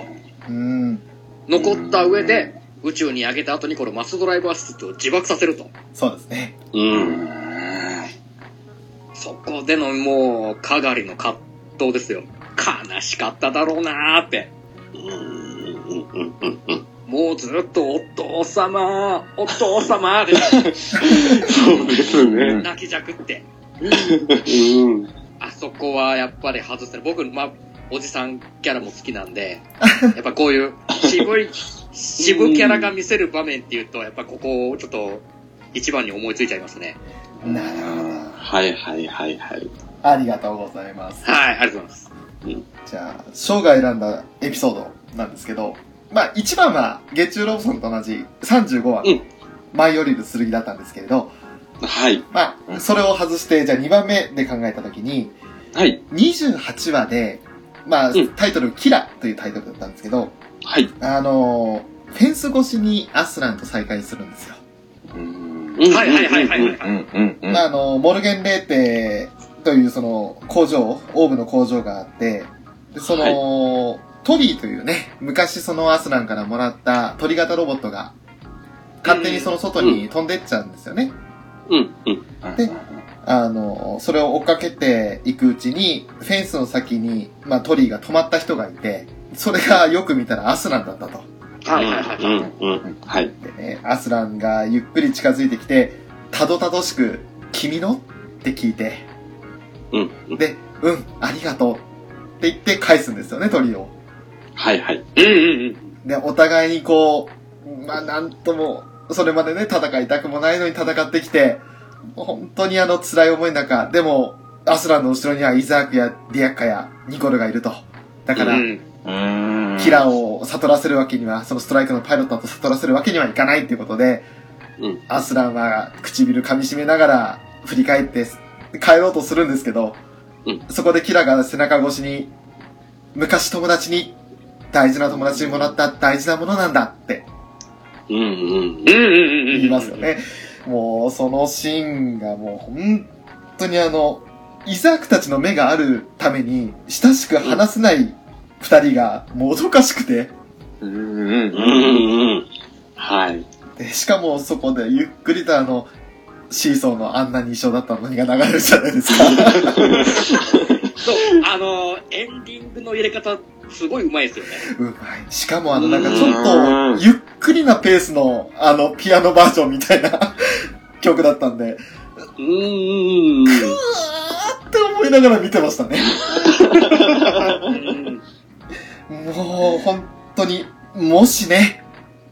うん。残った上で、宇宙に上げた後にこのマスドライバー施設を自爆させると。そうですね。ううん。ん。そこでのもう、かがりの葛藤ですよ。悲しかっただろうなーって。うん。うん。うん。うん。もうずっとお父様、お 父様でそうですね。泣きじゃくって。うん。あそこはやっぱり外せない。僕、まあ、おじさんキャラも好きなん で、やっぱこういう渋い、渋キャラが見せる場面っていうと、やっぱここをちょっと一番に思いついちゃいますね。なるほど。はいはいはいはい。ありがとうございます。はい、ありがとうございます。じゃあ、生涯選んだエピソードなんですけど、まあ、一番は、月中ロブソンと同じ35話うんの、舞い降りる剣だったんですけれど、はい。まうあ、んそれを外して、じゃあ2番目で考えたときに、はい。 28話で、まあうん、タイトル、キラというタイトルだったんですけど、はい。あのー、フェンス越しにアスランと再会するんですよ。うん。うんはいはいはいはいはい。うはいんうんうん。まあ、あのー、モルゲンレーテというその工場、オーブの工場があって、でその、トビーというね、昔そのアスランからもらった鳥型ロボットが、勝手にその外に飛んでっちゃうんですよね。うん。うん。であのー、それを追っかけていくうちに、フェンスの先に、まあ、トリーが止まった人がいて、それがよく見たらアスランだったと。はいはいはい。うん。うん。はい。でね、アスランがゆっくり近づいてきて、たどたどしく、君のって聞いて、うん。で、うん、ありがとうって言って返すんですよね、トリを。はいはい。うんうんで、お互いにこう、まあなんとも、それまでね、戦いたくもないのに戦ってきて、本当にあの辛い思いの中、でも、アスランの後ろにはイザークやディアッカやニコルがいると。だかうん。ら、うんうん。キラーを悟らせるわけには、そのストライクのパイロットだと悟らせるわけにはいかないっていうことで、うんアスランは唇噛み締めながら振り返って帰ろうとするんですけど、うんそこでキラが背中越しに、昔友達に、大事な友達にもらった大事なものなんだってうんうん。うんうんうん。言いますよ。ね。もうそのシーンがもう本当にあの、イザークたちの目があるために親しく話せない二人がもうおかしくて、うんうんううん。んうん。はい。で、しかもそこでゆっくりとあの、シーソーのあんなに一緒だったのにが流れるじゃないですか。 そう、あの、エンディングの入れ方、すごい上手いですよね。うまい。しかもあの、なんかちょっと、ゆっくりなペースの、あの、ピアノバージョンみたいな 曲だったんで、うんうんうん。うわーって思いながら見てましたね。うん。もう、本当に、もしね、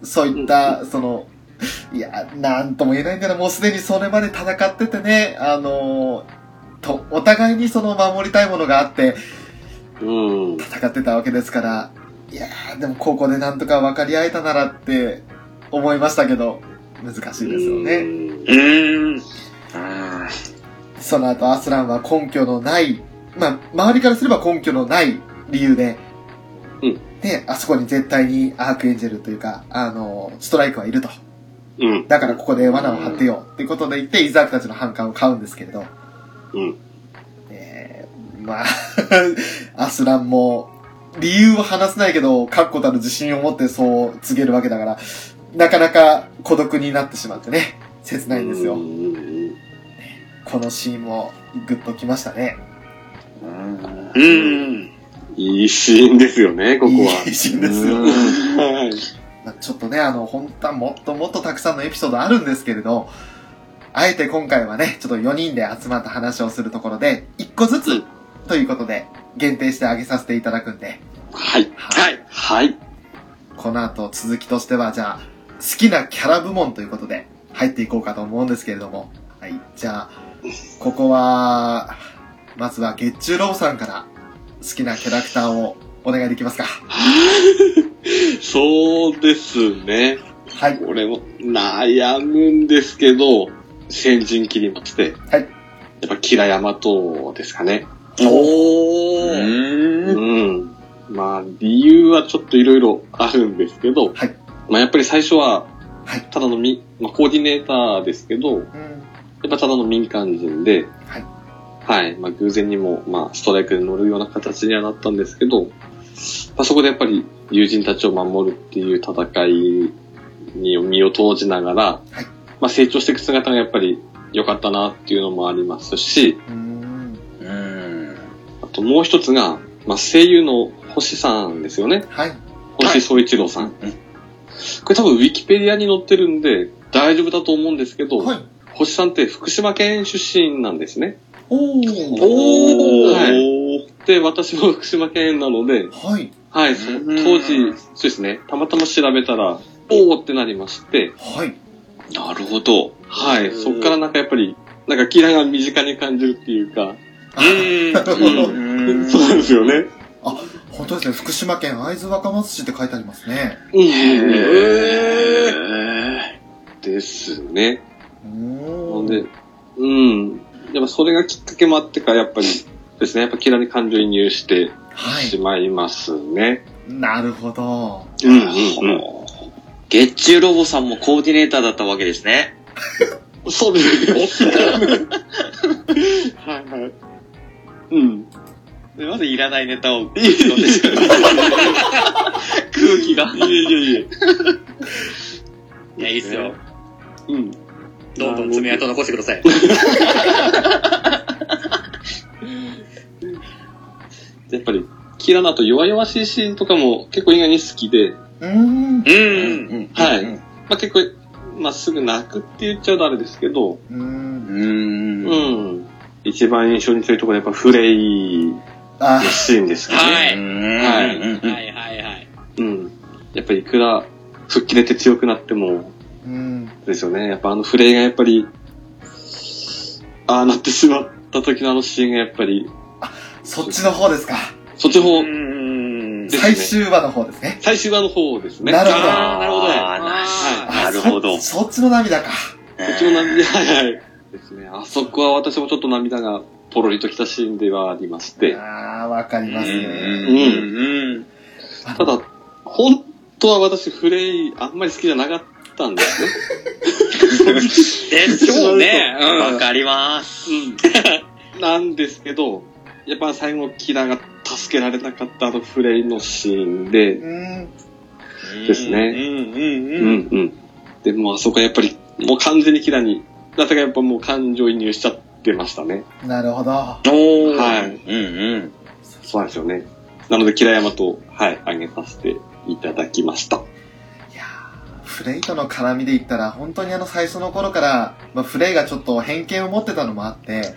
そういった、その、いや、なんとも言えないんだよな、もうすでにそれまで戦っててね、あのと、お互いにその守りたいものがあって、うん。戦ってたわけですから、いやー、でもここでなんとか分かり合えたならって思いましたけど、難しいですよね。うね。ーん。あその後、アスランは根拠のない、まあ、周りからすれば根拠のない理由で、うんで、あそこに絶対にアークエンジェルというか、あの、ストライクはいると。うん。だからここで罠を張ってようっていうことで言って、イザークたちの反感を買うんですけれど、うん。えまあ、 アスランも、理由は話せないけど、確固たる自信を持ってそう告げるわけだから、なかなか孤独になってしまってね、切ないんですよう。んうんうんこのシーンも、グッときましたね。うんうーん。いいシーンですよね、ここは。いいシーンですよ。はい。まあちょっとね、あの、本当はもっともっとたくさんのエピソードあるんですけれど、あえて今回はね、ちょっと4人で集まった話をするところで、1個ずつということで、限定してあげさせていただくんで、はい。はい。はい。この後続きとしては、じゃあ、好きなキャラ部門ということで、入っていこうかと思うんですけれども、はい、じゃあ、ここは、まずは月中ロボさんから、好きなキャラクターをお願いできますか。そうですね。はい。俺も悩むんですけど、先陣切りまして。はいやっぱ、キラヤマトですかね。おうー。んうん。まあ、理由はちょっといろいろあるんですけど、はいまあ、やっぱり最初ははい、ただのみ、まあ、コーディネーターですけど、やうん。っぱただの民間人で、はい。はい。まあ、偶然にも、まあ、ストライクで乗るような形にはなったんですけど、まあ、そこでやっぱり友人たちを守るっていう戦いに身を投じながら、はいまあ、成長していく姿がやっぱり良かったなっていうのもありますし、うん。うんあともう一つが、まあ、声優の星さんですよね。はい。星総一郎さん。これ多分ウィキペディアに載ってるんで大丈夫だと思うんですけど、はい。星さんって福島県出身なんですね。おー。おー。はいで、私も福島県なので、はい。はい、そうん当時、そうですね、たまたま調べたら、おーってなりまして、はい。なるほど。はうい、んそっからなんかやっぱり、なんかキラが身近に感じるっていうか、 うーん。うんんそうなんですよね。本当ですね、福島県会津若松市って書いてありますね。うんうんうん、へですね。なおんー。で、うん、やっぱそれがきっかけもあってか、やっぱり、ですね、やっぱキラに感情移入してはしまいますね。い。なるほど。うー月中ロボさんもコーディネーターだったわけですね。ん。そうですね。 はいはい。うん。まずいらないネ タを飲んでしまう空気が。いえいえいえ。いや、いいっすよ。うん。どんどん爪痕残してください。やっぱり、キラだと弱々しいシーンとかも結構意外に好きで、うーん。う。うんんはいまあ結構、まあすぐ泣くって言っちゃうとあれですけど、うーん。うんう。ん。一番印象に強いところはやっぱフレイのあ、シーンですかね。はいはいうんは。はいいはいはい。うん。やっぱりいくら吹っ切れて強くなってもうん。ですよね。やっぱあのフレイがやっぱり、ああなってしまった時のあのシーンがやっぱり、そっちの方ですか。そっちのう方、ーん。ですね最終話の方ですね。最終話の方ですね。なるほどあーなるほど。ああなるほどあそそっちの涙か。こっちも涙、 はいはい。ですね。あそこは私もちょっと涙がポロリときたシーンではありまして。ああ、わかりますね。うん。あただ、本当は私フレイあんまり好きじゃなかったんですね。でしょうね。うわん。かります。うん。 なんですけど、やっぱ最後キラが助けられなかったあのフレイのシーンで、うーん。ですねうんううんんうん。でもあそこはやっぱり、もう完全にキラに、だからやっぱもう感情移入しちゃってましたね。なるほど。おー。はい。うんうん。そうなんですよね。なので、キラ山と、はい、あげさせていただきました。いやーフレイとの絡みで言ったら、本当にあの最初の頃から、まあ、フレイがちょっと偏見を持ってたのもあって、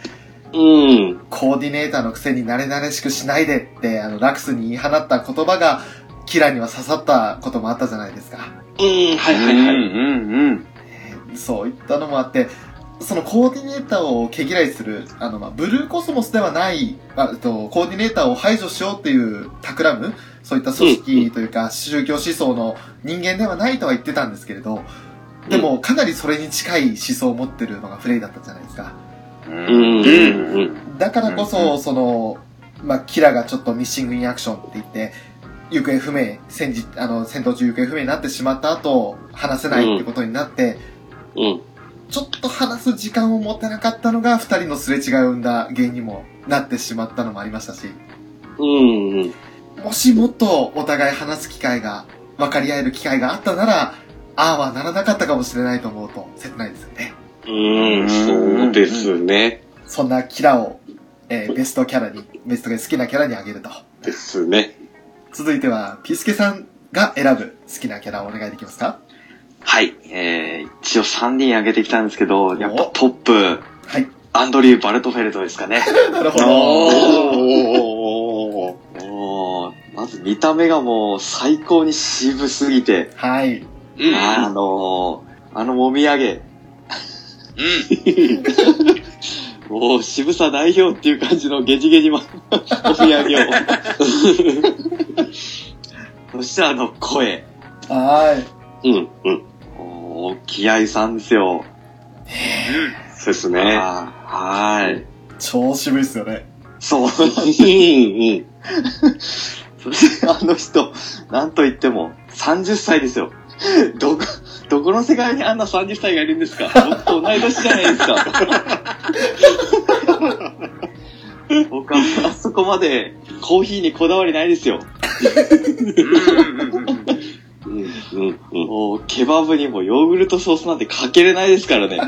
うん。コーディネーターのくせに慣れ慣れしくしないでって、あの、ラクスに言い放った言葉が、キラには刺さったこともあったじゃないですか。うん、はいははいいは。はいい。うんうん。そういったのもあって、そのコーディネーターを毛嫌いする、あの、まあ、ブルーコスモスではない、あえっと、コーディネーターを排除しようっていう企む、そういった組織というか、宗教思想の人間ではないとは言ってたんですけれど、でも、かなりそれに近い思想を持ってるのがフレイだったじゃないですか。うんうん。だからこそ、うんうその、まあ、キラがちょっとミッシングインアクションって言って、行方不明、戦時、あの、戦闘中行方不明になってしまった後、話せないってことになって、うん。ちょっと話す時間を持てなかったのが、二人のすれ違いを生んだ原因にもなってしまったのもありましたし、うんうん。もしもっとお互い話す機会が、分かり合える機会があったなら、ああはならなかったかもしれないと思うと、切ないですよね。うん、そうですね。そんなキラを、えーベストキャラに、ベストが好きなキャラにあげると。ですね。続いては、ピースケさんが選ぶ好きなキャラをお願いできますかはい。えー、一応3人挙げてきたんですけど、やっぱトップ、はい。アンドリュー・バルトフェルトですかね。なるほおど。おーおーまず見た目がもう最高に渋すぎて、はい。うん。あのー、あのもみあげ、うん。 もう渋さ代表っていう感じのゲジゲジマン、おみあげを。そしてあの声、はうん、うん。おー気合さんですよ。そうですあーね。はーい。い。超渋いっすよね。そうん、うう。ん。そしてあの人、なんと言っても30歳ですよ。どこ、どこの世界にあんな30歳がいるんですか僕と同い年じゃないですか。僕はあそこまでコーヒーにこだわりないですよ。うん。ううん、ん。うん、うん。もうケバブにもヨーグルトソースなんてかけれないで すからね。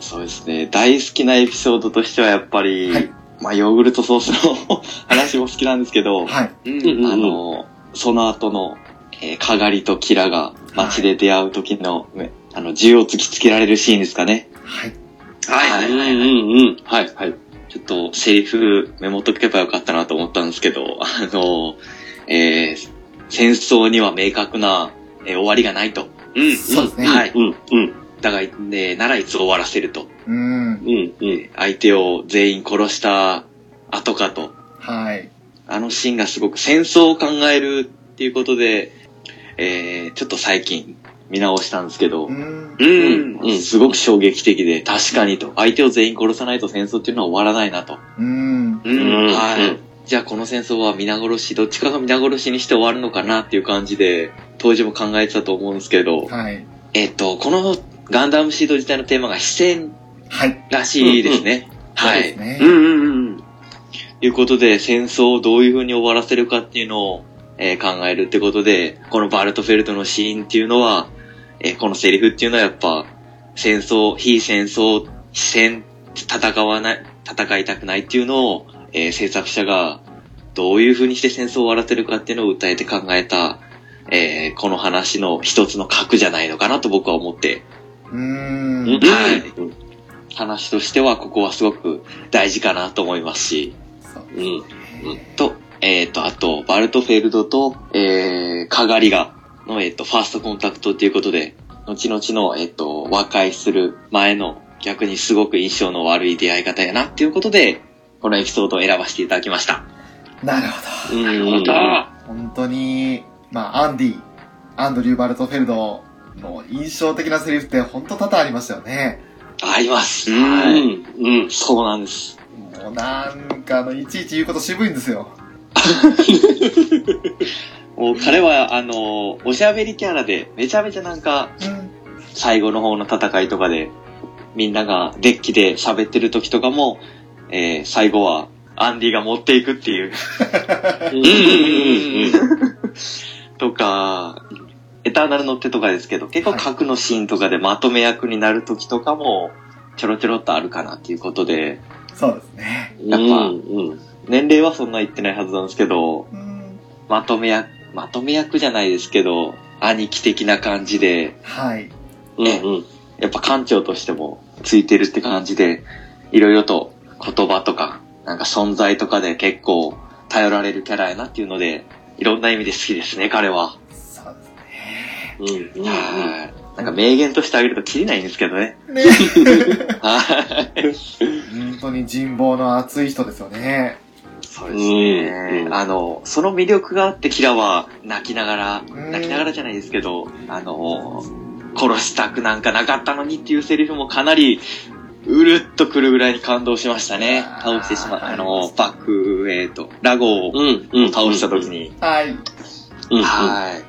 そうですね。大好きなエピソードとしてはやっぱり、はいまあヨーグルトソースの話も好きなんですけど、はい。うん。あの、その後の、えーかがりとキラが街で出会う時の、ねあの、銃を突きつけられるシーンですかね。はい。はい。うん、はい。うん、うん。はい、はい。ちょっと、セリフメモっとけばよかったなと思ったんですけど、 あの、えー戦争には明確な、えー終わりがないと。うん。そうですね。はい。うん、うん、だが、えーならいつ終わらせると。うん。うん、うん。相手を全員殺した後かと。はい。あのシーンがすごく戦争を考えるっていうことで、えーちょっと最近見直したんですけどう、ん。うん。うんすごく衝撃的で、確かにと。相手を全員殺さないと戦争っていうのは終わらないなと。うん。ううんん。はい。じゃあこの戦争は皆殺し、どっちかが皆殺しにして終わるのかなっていう感じで、当時も考えてたと思うんですけど、はい。えっ、と、このガンダムシード自体のテーマが非戦はい。らしいですね。はそうでいす。ねうん。うん。ということで、戦争をどういう風に終わらせるかっていうのを、えー考えるってことで、このバルトフェルトのシーンっていうのは、えーこのセリフっていうのはやっぱ、戦争、非戦争、非戦、戦わない、戦いたくないっていうのを、えー制作者がどういう風にして戦争を終わらせるかっていうのを訴えて考えた、えーこの話の一つの核じゃないのかなと僕は思って、うん。うん、はい話としてはここはすごく大事かなと思いますし、そううん、うん。と、えっ、と、あと、バルトフェルドと、えー、カガリガの、えっ、と、ファーストコンタクトということで、後々の、えっ、と、和解する前の、逆にすごく印象の悪い出会い方やな、っていうことで、このエピソードを選ばせていただきました。なるほど。なるほど。本当に、まあ、アンディ、アンドリュー・バルトフェルドの印象的なセリフって本当多々ありましたよね。あります。うんはい。うん、うん。そうなんです。もうなんかあの、いちいち言うこと渋いんですよ。もう彼は、あの、おしゃべりキャラで、めちゃめちゃなんか、うん。最後の方の戦いとかで、みんながデッキで喋ってる時とかも、えー最後はアンディが持っていくっていう、うん、うん、うん。 とか、エターナル乗ってとかですけど、結構核のシーンとかでまとめ役になる時とかも、ちょろちょろっとあるかなっていうことで、そうですね。やっぱ、うん。年齢はそんな言ってないはずなんですけど、うん。まとめ役、まとめ役じゃないですけど、兄貴的な感じで、はい。うん、やっぱ館長としてもついてるって感じで、いろいろと言葉とか、なんか存在とかで結構頼られるキャラやなっていうので、いろんな意味で好きですね、彼は。そうですね。うん、うん。はい。なんか名言としてあげると切りないんですけどね。ね。 はい。本当に人望の厚い人ですよね。そうですねう。んあの、その魅力があってキラは泣きながら、ん泣きながらじゃないですけど、あの、殺したくなんかなかったのにっていうセリフもかなり、うるっとくるぐらいに感動しましたね。あー倒してしまった。あはいの、バック、えっ、と、ラゴをうん、うん。倒した時に。はい。うん、うん。はい。いや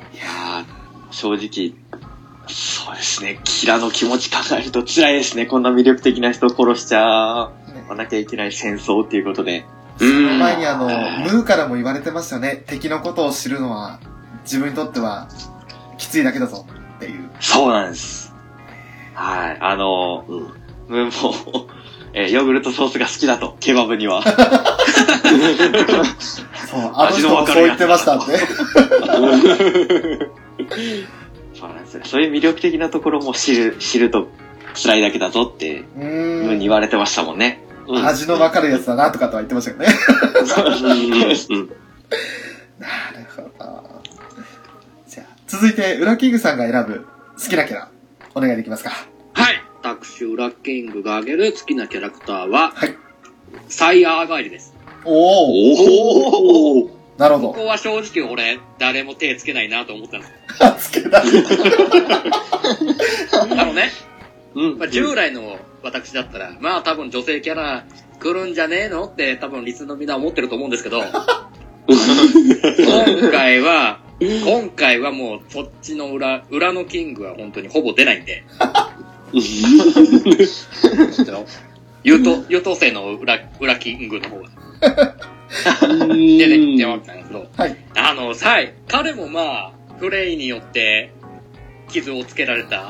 ー正直、そうですね。キラの気持ち考えると辛いですね。こんな魅力的な人を殺しちゃわなきゃいけない戦争っていうことで。その前にうんあの、ムーからも言われてますよね。敵のことを知るのは、自分にとっては、きついだけだぞっていう。そうなんです。はい。あの、うん。もう、えーヨーグルトソースが好きだと、ケバブには。そう、あの人もそう言ってましたって。そうなんですね。そういう魅力的なところも知る、知ると辛いだけだぞっていううふうーにん。言われてましたもんね。うん味のわかるやつだなとかとは言ってましたけどね。うんうんなるほど。じゃあ、続いて、ウラキングさんが選ぶ好きなキャラ、お願いできますか。はい。私、ウラキングが挙げる好きなキャラクターは、はいサイアーガイルです。おおおおなるこほこは正直俺、誰も手つけないなと思ったんでど。す。つけた。あのね、うんまあ、従来の私だったら、まあ多分女性キャラ来るんじゃねえのって多分リスのみんな思ってると思う んですけど、今回は、今回はもうそっちの裏、裏のキングは本当にほぼ出ない んで、優等、優等生の裏、裏キングの方が出てきてましたんですけど、はいあの、サイ、彼もまあ、フレイによって傷をつけられた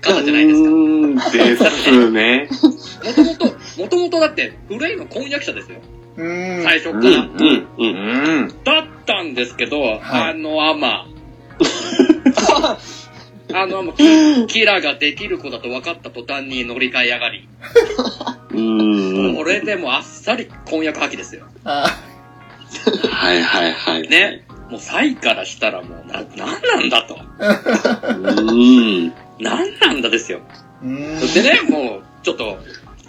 方じゃないですか。もですね。ともと、もともとだってフレイの婚約者ですよ、うーん。最初かうら。んうんう。うんん。だったんですけど、はいあのアマ。あのアマ、キキラができる子だと分かった途端に乗り換えやがり。うんこれでもうあっさり婚約破棄ですよ。あはいはいはい。ね。もうサイからしたらもうな、なんなんだと。うん。なんなんだですよ。うーでね、もう、ちょっと、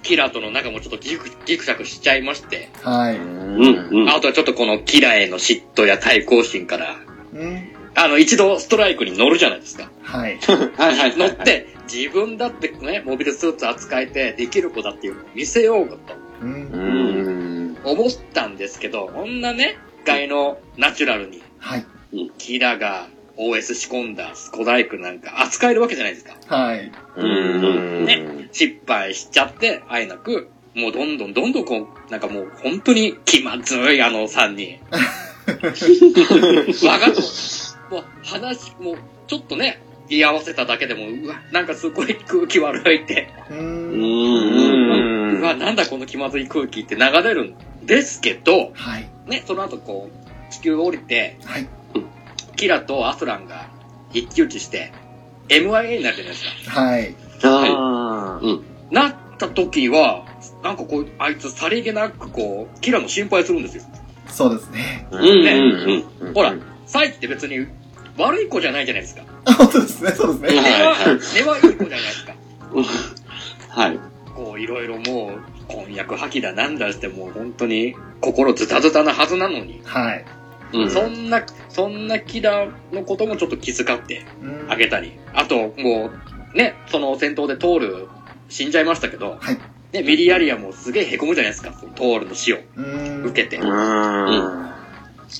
キラとの仲もちょっとギクギクシャクしちゃいまして、ん。はい。うん。うんあとはちょっとこのキラへの嫉妬や対抗心から、うん。あの、一度ストライクに乗るじゃないですか。 はい。はいはい。乗って、自分だってね、モビルスーツ扱えて、できる子だっていうのを見せようとう。うんん。思ったんですけど、こんなね、外のナチュラルに、はい。キラが OS 仕込んだスコダイクなんか扱えるわけじゃないですか。はい。うん。ね失敗しちゃって、あえなく、もうどんどんどんどんこう、なんかもう本当に気まずいあの3人。わかるもう話、もうちょっとね、居合わせただけでも、うわ、なんかすごい空気悪いって。ううーん。ん。うわ、なんだこの気まずい空気って流れるんですけど、はい。ね、その後こう、地球を降りて、はい。キラとアスランが一騎打ちして、MIA になるじゃないですか。はい。あーなった時は、なんかこう、あいつさりげなくこう、キラの心配するんですよ。そうですね。 うねんうんうん。ほらサイって別に悪い子じゃないじゃないですか。あ、本当ですね。そうです根はね。いは、根はいい子じゃないですか。はい。こう、いろいろもう、婚約破棄だなんだして、もう本当に心ズタズタなはずなのに、はい。うんそんな、そんなキラのこともちょっと気遣ってうんあげたり、あと、もう、ね、その戦闘でトール死んじゃいましたけど、はいね、ミリアリアもすげえ凹むじゃないですか、そのトールの死をうーん。受けて。うん。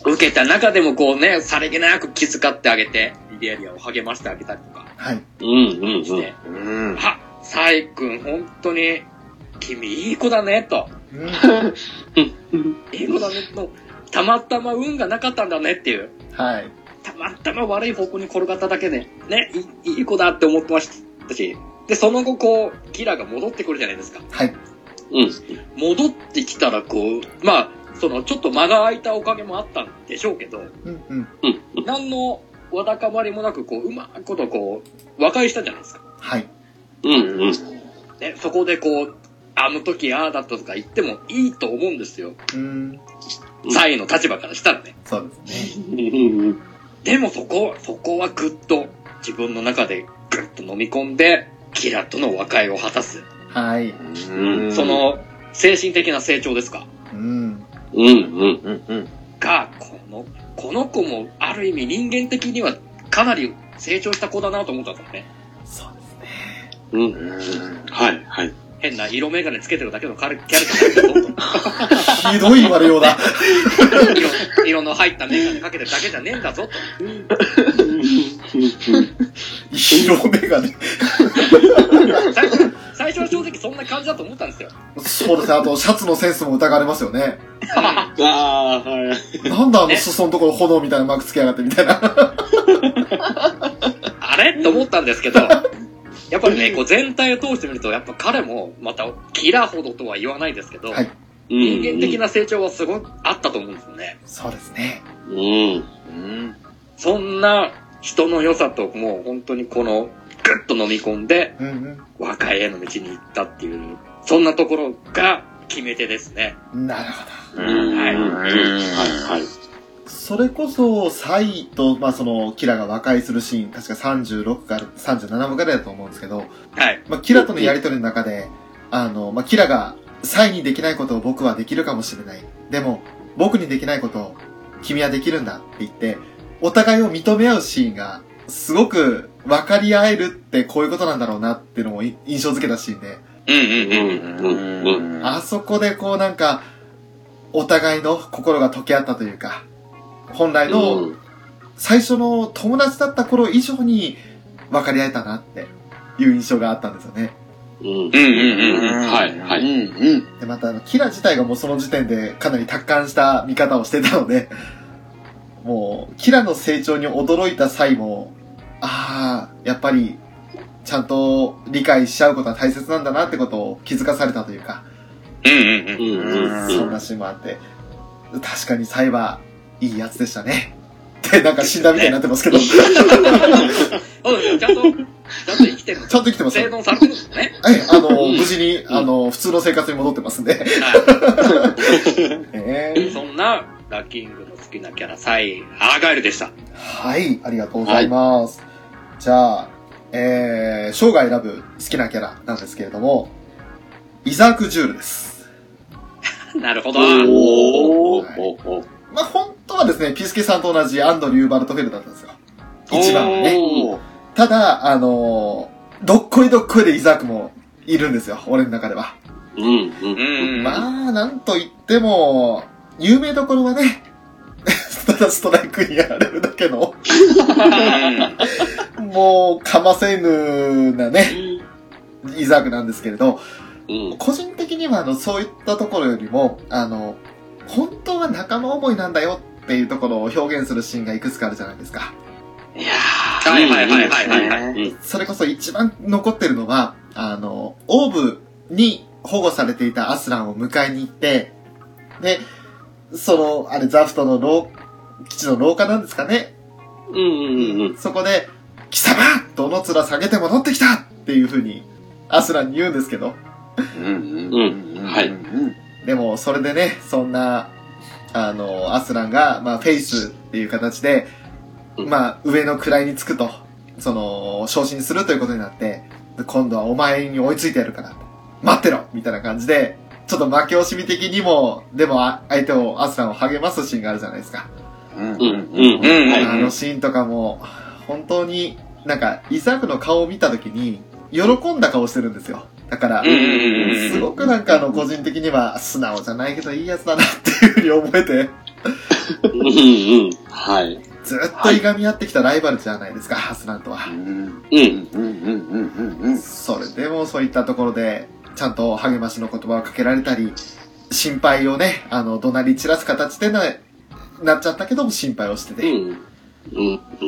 受けた中でもこうね、さりげなく気遣ってあげて、リデアリアを励ましてあげたりとかはい。うんうんして、うん。あ、サイ君本当に、君いい子だね、と。 うん。いい子だね、と。たまたま運がなかったんだねっていう。はい。たまたま悪い方向に転がっただけで、ね、いいいい子だって思ってましたし。で、その後こう、キラが戻ってくるじゃないですか。はい。うん。戻ってきたらこう、まあ、その、ちょっと間が空いたおかげもあったんでしょうけど、うん。うん。何のわだかまりもなく、こう、うまいことこう、和解したじゃないですか。はい。うんうん。ね、そこでこう、あの時ああだったとか言ってもいいと思うんですよ。うーん。うんサイの立場からしたらね。そうですね。でもそこ、そこはぐっと、自分の中でぐっと飲み込んで、キラとの和解を果たす。はい。うんそ、の、精神的な成長ですか。うん。うんうん。うんうん。が、この、この子も、ある意味人間的には、かなり成長した子だなと思ったんですよね。そうですね。うん。はいはい。変な色眼鏡つけてるだけのカルキャラクターだけどひどい言われよう だ。色色の入ったメガネかけてるだけじゃねえんだぞと。色眼鏡。最初、最初は正直そんな感じだと思ったんですよ。そうですね。あと、シャツのセンスも疑われますよ ね。ああ、はい。なんだあの裾のところ炎みたいなマークつけやがってみたいな。あれと思ったんですけど、やっぱりね、こう全体を通してみると、やっぱ彼も、また、キラーほどとは言わないですけど、はい人間的な。な成長はすごくあったと思うんですよね。そうですね。うん。うん。そんな人の良さと、もう本当にこの、ぐっと飲み込んで、うんうん。和解への道に行ったっていう、そんなところが決め手ですね。なるほうんうんはいはい。はい。ど。それこそ、サイと、まあ、その、キラが和解するシーン、確か36から37分からだと思うんですけど、はい。まあ、キラとのやりとりの中で、あの、まあ、キラが、サイにできないことを僕はできるかもしれない。でも、僕にできないことを、君はできるんだって言って、お互いを認め合うシーンが、すごく分かり合えるってこういうことなんだろうなっていうのもい印象づけたシーンで、うんうんうん。うんうんあそこでこうなんか、お互いの心が溶け合ったというか、本来のう最初の友達だった頃以上に分かり合えたなっていう印象があったんですよね。ん。ううんんうんうん。はいはいうんうん。で、またあの、キラ自体がもうその時点でかなり達観した見方をしてたので、もう、キラの成長に驚いた際も、ああ、やっぱり、ちゃんと理解しちゃうことは大切なんだなってことを気づかされたというか、うんうんううん。んうんそんなシーンもあって、確かにサイバー、いいやつでしたね。 って、なんか死んだみたいになって ますけど、ちうん、ちゃんと、ちゃんと生きてる。ゃんと生きてます性よ。能されてるんですね。はい、あの、うん無事に、あの、普通の生活に戻ってますんで。はえい。ーそんな、ラッキングの好きなキャラ、サイ・アーガイルでした。はい、ありがとうございます。じゃあ、えー、生涯選ぶ好きなキャラなんですけれども、イザーク・ジュールです。なるほど。おーおーおまあ、本当はですね、ピースケさんと同じアンドリュー・バルトフェルだったんですよ。一番はね。おーただ、あのーどっこいどっこいでイザークもいるんですよ、俺の中では。うんううん。ん。まあ、なんと言っても、有名どころはね、 ただストライクにやられるだけの、もう、かませぬなね、イザークなんですけれど、うん。個人的にはあのそういったところよりもあの本当は仲間思いなんだよっていうところを表現するシーンがいくつかあるじゃないですかいやはいはいはいはいはいはい。ー。それこそ一番残ってるのはあのオーブに保護されていたアスランを迎えに行ってでそのあれザフトの牢基地の廊下なんですかねうんうんうん。そこで「貴様どの面下げて戻ってきた!」っていうふうにアスランに言うんですけどうんうんはいうんでも、それでね、そんな、あの、アスランが、まあ、フェイスっていう形で、うんまあ、上の位につくと、その、昇進するということになって、今度はお前に追いついてやるから、待ってろみたいな感じで、ちょっと負け惜しみ的にも、でも、あ相手を、アスランを励ますシーンがあるじゃないですか。うんうんうんうんあのシーンとかも、本当に、なんか、イザークの顔を見たときに、喜んだ顔してるんですよ。だから、うんうんうんうんすごくなんかあの個人的には素直じゃないけどいいやつだなっていうふうに思えて、うんうん。はい。ずっといがみ合ってきたライバルじゃないですか、ハスランとは。うん。それでもそういったところで、ちゃんと励ましの言葉をかけられたり、心配をね、あの、怒鳴り散らす形でな、なっちゃったけども心配をしてうて、ん。うん。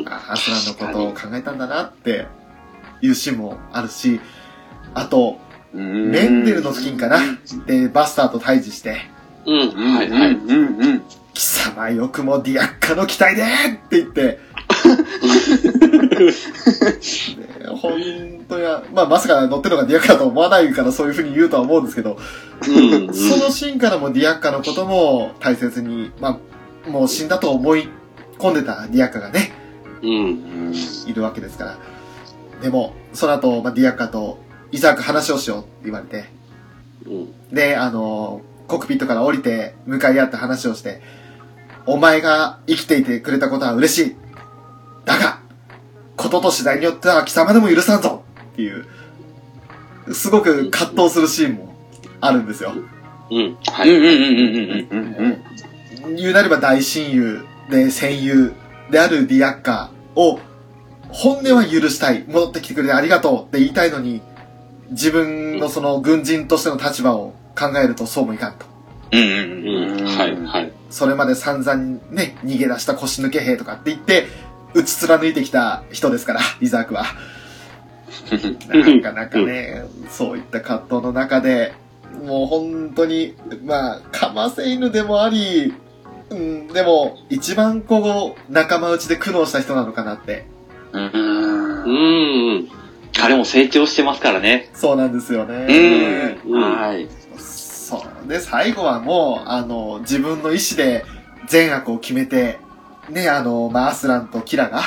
あハスランのことを考えたんだなっていうシーンもあるし、あと、うんメンデルの付近かなで、バスターと対峙して、うん。うんはいはうい。んうんうん貴様よくもディアッカの期待でって言 って、ね本当や、まあまさか乗ってるのがディアッカだと思わないからそういうふうに言うとは思うんですけど、うん。そのシーンからもディアッカのことも大切に、まあ、もう死んだと思い込んでたディアッカがね、うん。うんいるわけですから。でも、その後、まあ、ディアッカとイザーク話をしようって言われて、うん。で、あの、コックピットから降りて、向かい合って話をして、お前が生きていてくれたことは嬉しい。だが、ことと次第によっては貴様でも許さんぞっていう、すごく葛藤するシーンもあるんですよ。うん。はうんい。うんうんうんうんうん言うなれば大親友で戦友であるディアッカーを、本音は許したい。戻ってきてくれてありがとうって言いたいのに、自分のその軍人としての立場を考えるとそうもいかんと。うんうんうん。うん。はい、はい。それまで散々ね、逃げ出した腰抜け兵とかって言って、打ち貫いてきた人ですから、イザークは。なかなかね、そういった葛藤の中で、もう本当に、まあ、かませ犬でもあり、うん、でも、一番こう、仲間内で苦悩した人なのかなって。うん。うん。彼も成長してますからね。そうなんですよね。うん。うんはい。そう。で、最後はもう、あの、自分の意志で善悪を決めて、ね、あの、まあ、アスランとキラが、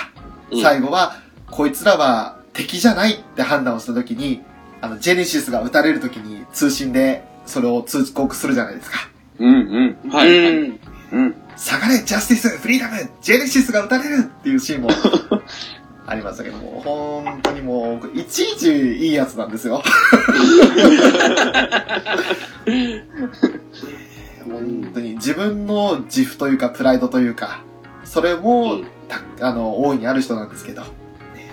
うん最後は、こいつらは敵じゃないって判断をした時に、あの、ジェネシスが撃たれる時に通信で、それを通告するじゃないですか。うんうん。はい、はい。うん。うん。下がれ、ジャスティス、フリーダム、ジェネシスが撃たれるっていうシーンもありましたけども、本当にもう、いちいちいいやつなんですよ。本当に自分の自負というか、プライドというか、それも、うんたあの、大いにある人なんですけど、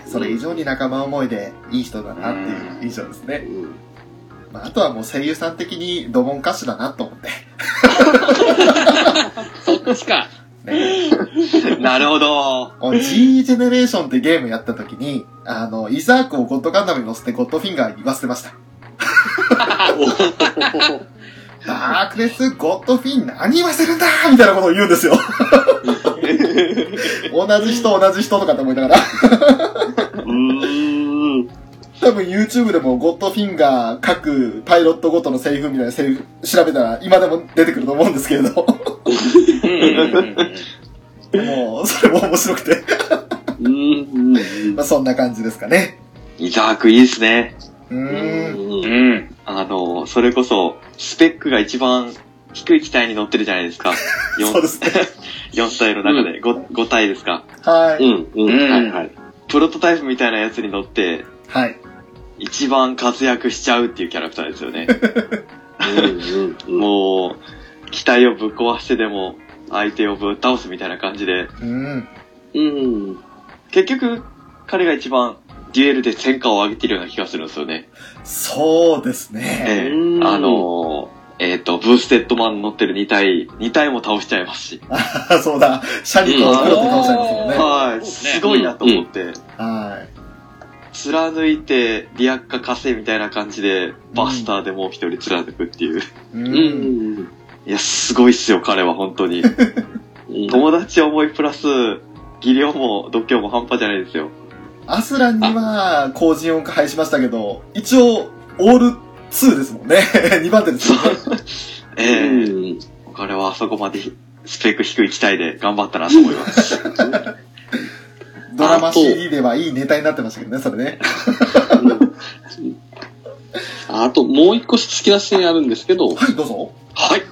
それ以上に仲間思いでいい人だなっていう印象ですね。まあ、あとはもう声優さん的にドボン歌手だなと思って。そっちか。ねなるほど。この G ジェネレーションってゲームやった時に、あの、イザークをゴッドガンダムに乗せてゴッドフィンガーに言わせてました。ダークネス、ゴッドフィン何言わせるんだみたいなことを言うんですよ。同じ人、同じ人とかって思いながら。うん。多分 YouTube でもゴッドフィンガー各パイロットごとのセリフみたいなセリフ調べたら今でも出てくると思うんですけれど。うんうんうんうん。もう、それも面白くて。うん。まあそんな感じですかね。伊沢くんいいですね。うーん。う。うんあの、それこそ、スペックが一番低い機体に乗ってるじゃな いですか。そうですね。 4体の中で 5, 5体ですか。はい。ん。うん。はい、はい。プロトタイプみたいなやつに乗って、はい。一番活躍しちゃうっていうキャラクターです よね。うん。ももう、機体をぶっ壊してでも、相手をぶっ倒すみたいな感じで、うん。う、うん。結局、彼が一番、デュエルで戦果を上げてるような気がするんですよね。そうですね。ええうんあのーえっ、と、ブーステッドマン乗ってる2体、2体も倒しちゃいますし。あそうだ。シャニと黒って倒しちゃいますもんね。うんはい、そうですねすごいなと思って、はい。貫いて、リアッカ火星みたいな感じで、バスターでもう一人貫くっていう。う。うんん。いや、すごいっすよ、彼は本当 に。友友達思いプラス、技量も度胸も半端じゃないですよ。アスランには、後陣を加配しましたけど、一応、オール2ですもんね。2番手 ですもんね。ええ達。彼はあそこまでスペック低い機体で頑張ったなと思います。ドラマあと CD ではいいネタになってましたけどね、それね。あと、もう一個好きなシーンあるんですけど、はい、どうぞ。はい。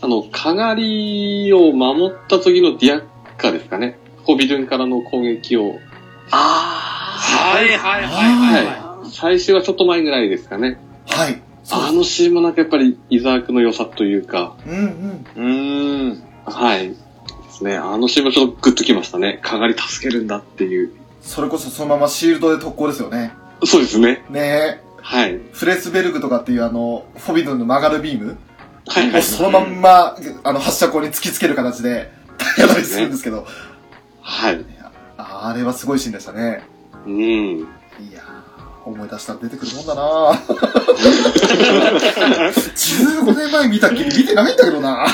あの、かがりを守った時のディアッカですかね。コビルンからの攻撃を。あはいはいはいはい。最終はちょっと前ぐらいですかね。はい。そうあのシーンもなんかやっぱり伊沢くんの良さというか、うんうん。うーん。はい。ですね。あのシーンもちょっとグッときましたね。かがり助けるんだっていう。それこそそのままシールドで特攻ですよね。そうですね。ねはい。え、フレスベルグとかっていうあの、フォビドンの曲がるビームはいはをい。そのまんま、あの、発射口に突きつける形で、体当たりするんですけど、はい。あれはすごいシーンでしたね。うん。いやー、思い出したら出てくるもんだな 15年前見たっきり見てないんだけどな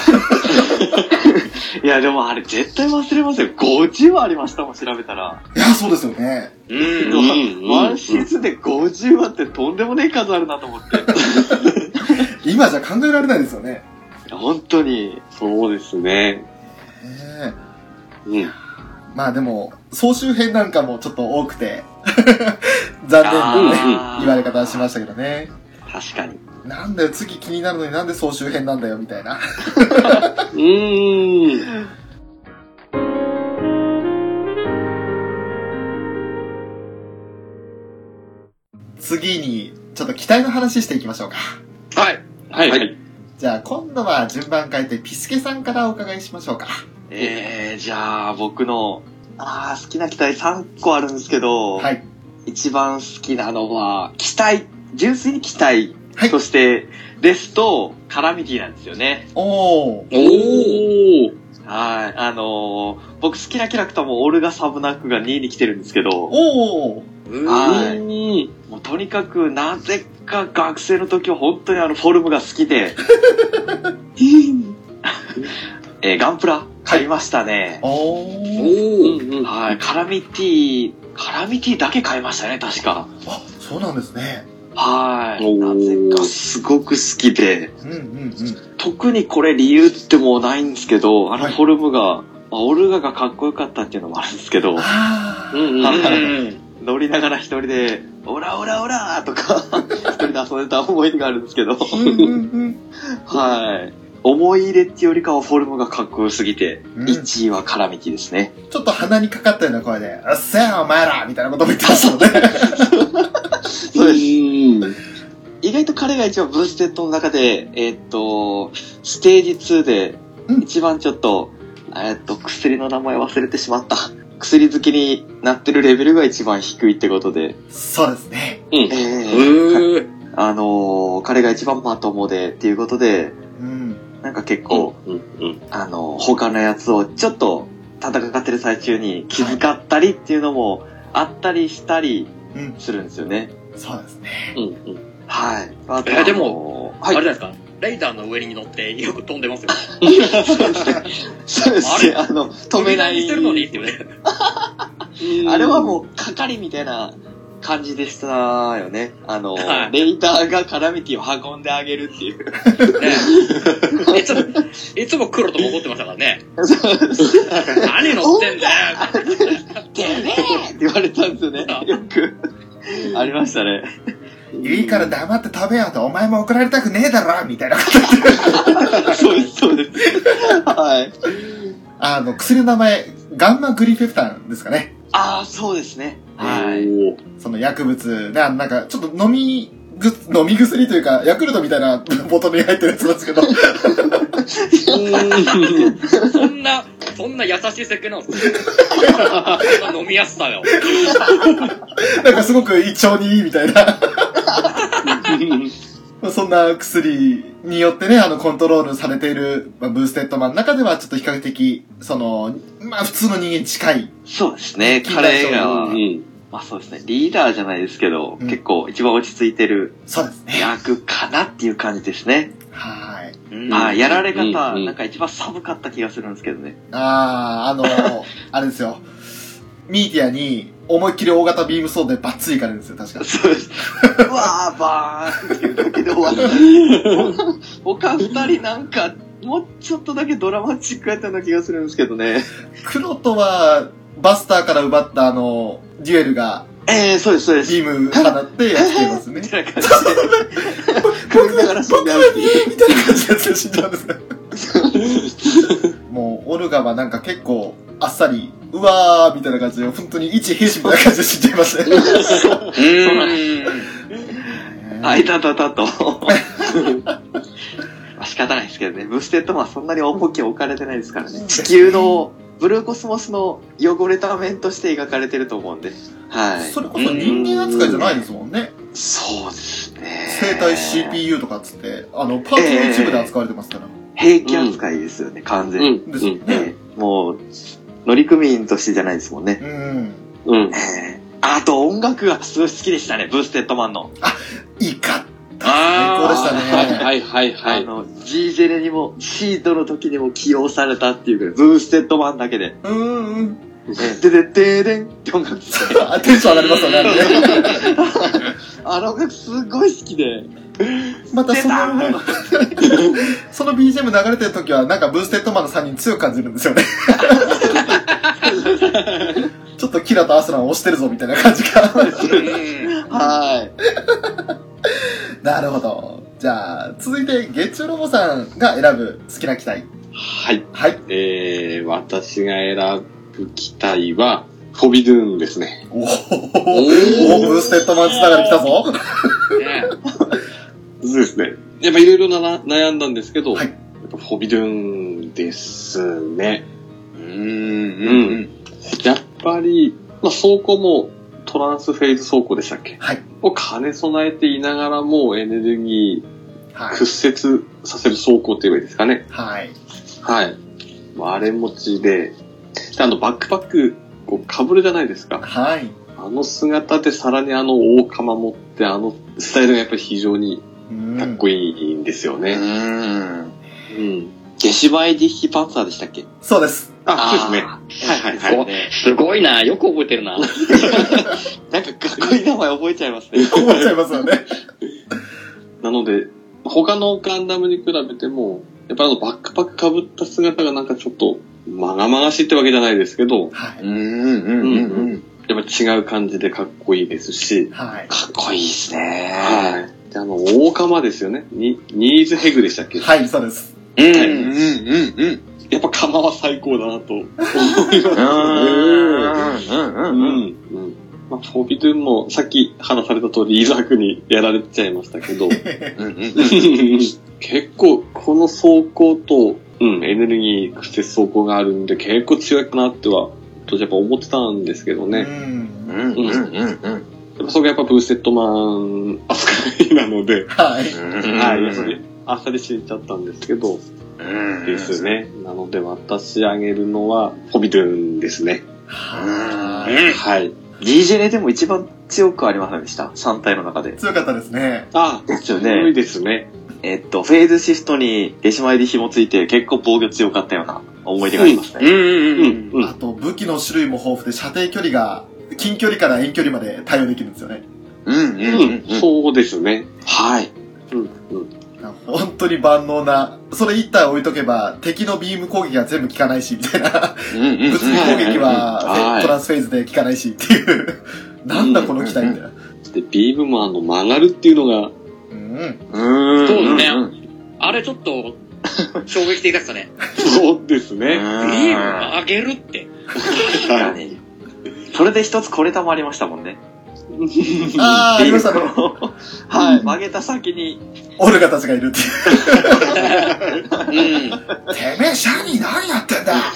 いや、でもあれ絶対忘れますよ。50はありましたもん、調べたら。いや、そうですよね。うん。んうんワンシーズンで50話ってとんでもねえ数あるなと思って。今じゃ考えられないですよね。本当に。そうですねね。えうん。まあでも、総集編なんかもちょっと多くて、 残念なね、あー言われ方しましたけどね。確かに。なんだよ、次気になるのになんで総集編なんだよ、みたいな。うーん。次に、ちょっと機体の話していきましょうか。はい。はいはい。じゃあ、今度は順番変えて、ピスケさんからお伺いしましょうか。えー、じゃあ僕のああ、好きな機体3個あるんですけど、はい。一番好きなのは、機体、純粋に機体はいとしてですと、カラミティなんですよね。おー。おーおーはい。あのー僕好きなキャラクターもオルガ・サブナックが2位に来てるんですけど、おー。うはーんいもうとにかくなぜか学生の時は本当にあのフォルムが好きで、えーガンプラ買いましたね。おおー。ーうんうん。はい。カラミティ、カラミティだけ買いましたね、確か。あ、そうなんですね。はい。おなーぜかすごく好きで、うんうんうん。特にこれ理由ってもうないんですけど、あのはいフォルムが、まあオルガがかっこよかったっていうのもあるんですけど、あうんうんー。うんうん乗りながら一人で、オラオラオラーとか、 一人で遊んでた思い出があるんですけど、うんうんはい。思い入れっていうよりかはフォルムがかっこよすぎて、うん。ち1位はカラミティですね。ょっと鼻にかかったような声で、うっせえお前らみたいなことも言ってましたもんね。そううです。ん意外と彼が一番ブーステッドの中で、えーっと、ステージ2でうん、一番ちょっと、えーっと、薬の名前忘れてしまった。薬好きになってるレベルが一番低いってことで、そうですね。えうーーんあのー彼が一番まともでっていうことで、うん。なんか結構、うんうん。あのー他のやつをちょっと戦ってる最中に気遣ったりっていうのもあったりしたりうん。するんですよね。そうですね。うんうん。はい。あとえーでも、あのーあれはい。じゃないですか。レイダーの上に乗ってよく飛んでますよ。そうですね。あ あの、止めな飛び台い。にしてるのにっていうね。あれはもう、係みたいな感じでしたよね。あの、はいレイターがカラミティを運んであげるっていう。ねいつも、いつも黒とか怒ってましたからね。そうです何乗ってんだよてめえって言われたんですよね。よ く。ありましたね。いいから黙って食べようと、お前も怒られたくねえだろみたいなこと。そうです、そうです。はい。あの、薬の名前、ガンマグリフェプタンですかね。ああ、そうですね。は。はいい。その薬物ね、あのなんか、ちょっと飲みぐ、飲み薬というか、ヤクルトみたいなボトルに入ってるやつなんですけど、そんな、そんな優しい設計なんですかそんな飲みやすさよ。なんかすごく胃腸にいいみたいな、そんな薬によってね、あの、コントロールされている、まあ、ブーステッドマンの中では、ちょっと比較的、その、まあ、普通の人間に近い。そうですね。聞いたでしょ彼がう、ん。まあそうですね。リーダーじゃないですけど、うん結構一番落ち着いてるそうですね。役かなっていう感じですね。はーい。うんああ、やられ方、うんうんなんか一番寒かった気がするんですけどね。あー、あの、あれですよ。ミーティアに、思いっきり大型ビームソードでバッツリいかれるんですよ、確か。そうです。 うわー、バーンっていうだけで終わった。他二人なんか、もうちょっとだけドラマチックやったような気がするんですけどね。黒とは、バスターから奪ったあの、デュエルが、ええー、そうです、そうです。ビーム放ってやっつけますね み。たいな感じで。首ながら死んであるっていう。みたいな感じでやつで死んじゃうんですね。もう、オルガはなんか結構、あっさり、うわーみたいな感じで、本当に一兵士みたいな感じで死んじゃいますね。うーん。あ、いたたたと。 まあ仕方ないですけどね。ブーステッドマンそんなに重きを置かれてないですからね。地球の、ブルーコスモスの汚れた面として描かれてると思うんで。はい。それこそ人間扱いじゃないですもんね。そうですね。生体 CPU とかっつって、あの、パーツの一部で扱われてますから。兵器扱いですよね、完う全に。ん。ですよね。ええもう、乗組員としてじゃないですもんね。うん。うん。ええあと音楽がすごい好きでしたね、ブーステッドマンの。いいか。あ最高でしはいはいはいはあい。の、G ゼネにも、シートの時にも起用されたっていうぐらい、ブーステッドマンだけで、うんうん。 ででででんって音楽つけて、あテンション上がりますよねあれ ね。あの音楽すごい好きで、また出そたの、その BGM 流れてる時は、なんかブーステッドマンの3人強く感じるんですよ ね。ちょっとキラとアスランを押してるぞみたいな感じが。ー。はい。なるほど。じゃあ、続いて、月中ロボさんが選ぶ好きな機体。はい。はい。えー、私が選ぶ機体は、フォビドゥーンですね。おおおブーステッドマンつながり来た ぞ。ねそうですね。やっぱいろいろなな悩んだんですけど、はいやっぱフォビドゥーンですね。うん、うんやっぱり、まあ、走行もトランスフェーズ走行でしたっけはい。を兼ね備えていながらもエネルギーはい。屈折させる走行って言えばいいですかね。はい。はい。まあ、あれ持ちで、であの、バックパック、こう、かぶるじゃないですか。はい。あの姿でさらにあの大釜持って、あのスタイルがやっぱり非常にうんかっこいいんですようね。ーん。うん。ゲシュバイディヒパンツァーでしたっけそうです。あ、そうですね。あはいはいはい。ねすごいな。よく覚えてるな。なんかかっこいい名前覚えちゃいますね。思っちゃいますよね。なので、他のガンダムに比べても、やっぱりあのバックパックかぶった姿がなんかちょっと、まがまがしいってわけじゃないですけど、はい。うんううん。んうんやっぱ違う感じでかっこいいですし、はい。かっこいいですね。はい。で、あの、大釜ですよね。に、ニーズヘグでしたっけはい、そうです。うんはいうんうんやっぱ釜は最高だなと思いますうん。ううんうんうん。ん。まあ、フォービドゥンもさっき話された通り、イザークにやられちゃいましたけど、結構この走行と、うん、エネルギー屈折走行があるんで、結構強いかなっては、当時やっぱ思ってたんですけどう。ね。うんんうんうんうん。やっぱそこがやっぱブーステッドマン扱いなので、はい。はい、やっぱり、あっさり死んじゃったんですけど、うんですよね。なので私あげるのは、フォービドゥンですね。はうんい。はい。 DJ でも一番強くありませんでした ?3 体の中で。強かったですね。あ、ですよ強いね。ですね。えっと、フェーズシフトにゲシマイで紐ついて結構防御強かったような思い出がありますうね。うんん、。うんあ。と、武器の種類も豊富で、射程距離が、近距離から遠距離まで対応できるんですよね。うんううん、そうですね。はい。うん、うん。本当に万能な、それ一体置いとけば、敵のビーム攻撃が全部効かないし、みたいな。うんうんうん物理攻撃は、トラはンスフェーズで効かないし、っていう。なんだこの機体みたいな。で、ビームもあの、曲がるっていうのが、うん。い。うんそうねんあれちょっと、衝撃的だったね。そうですうんね。ビーム上げるって。確かに。それで一つこれたもありましたもんね。ああ、ありましたね。はい。曲げた先に、オルガたちがいるっていう。うん。てめえ、シャニー何やってんだ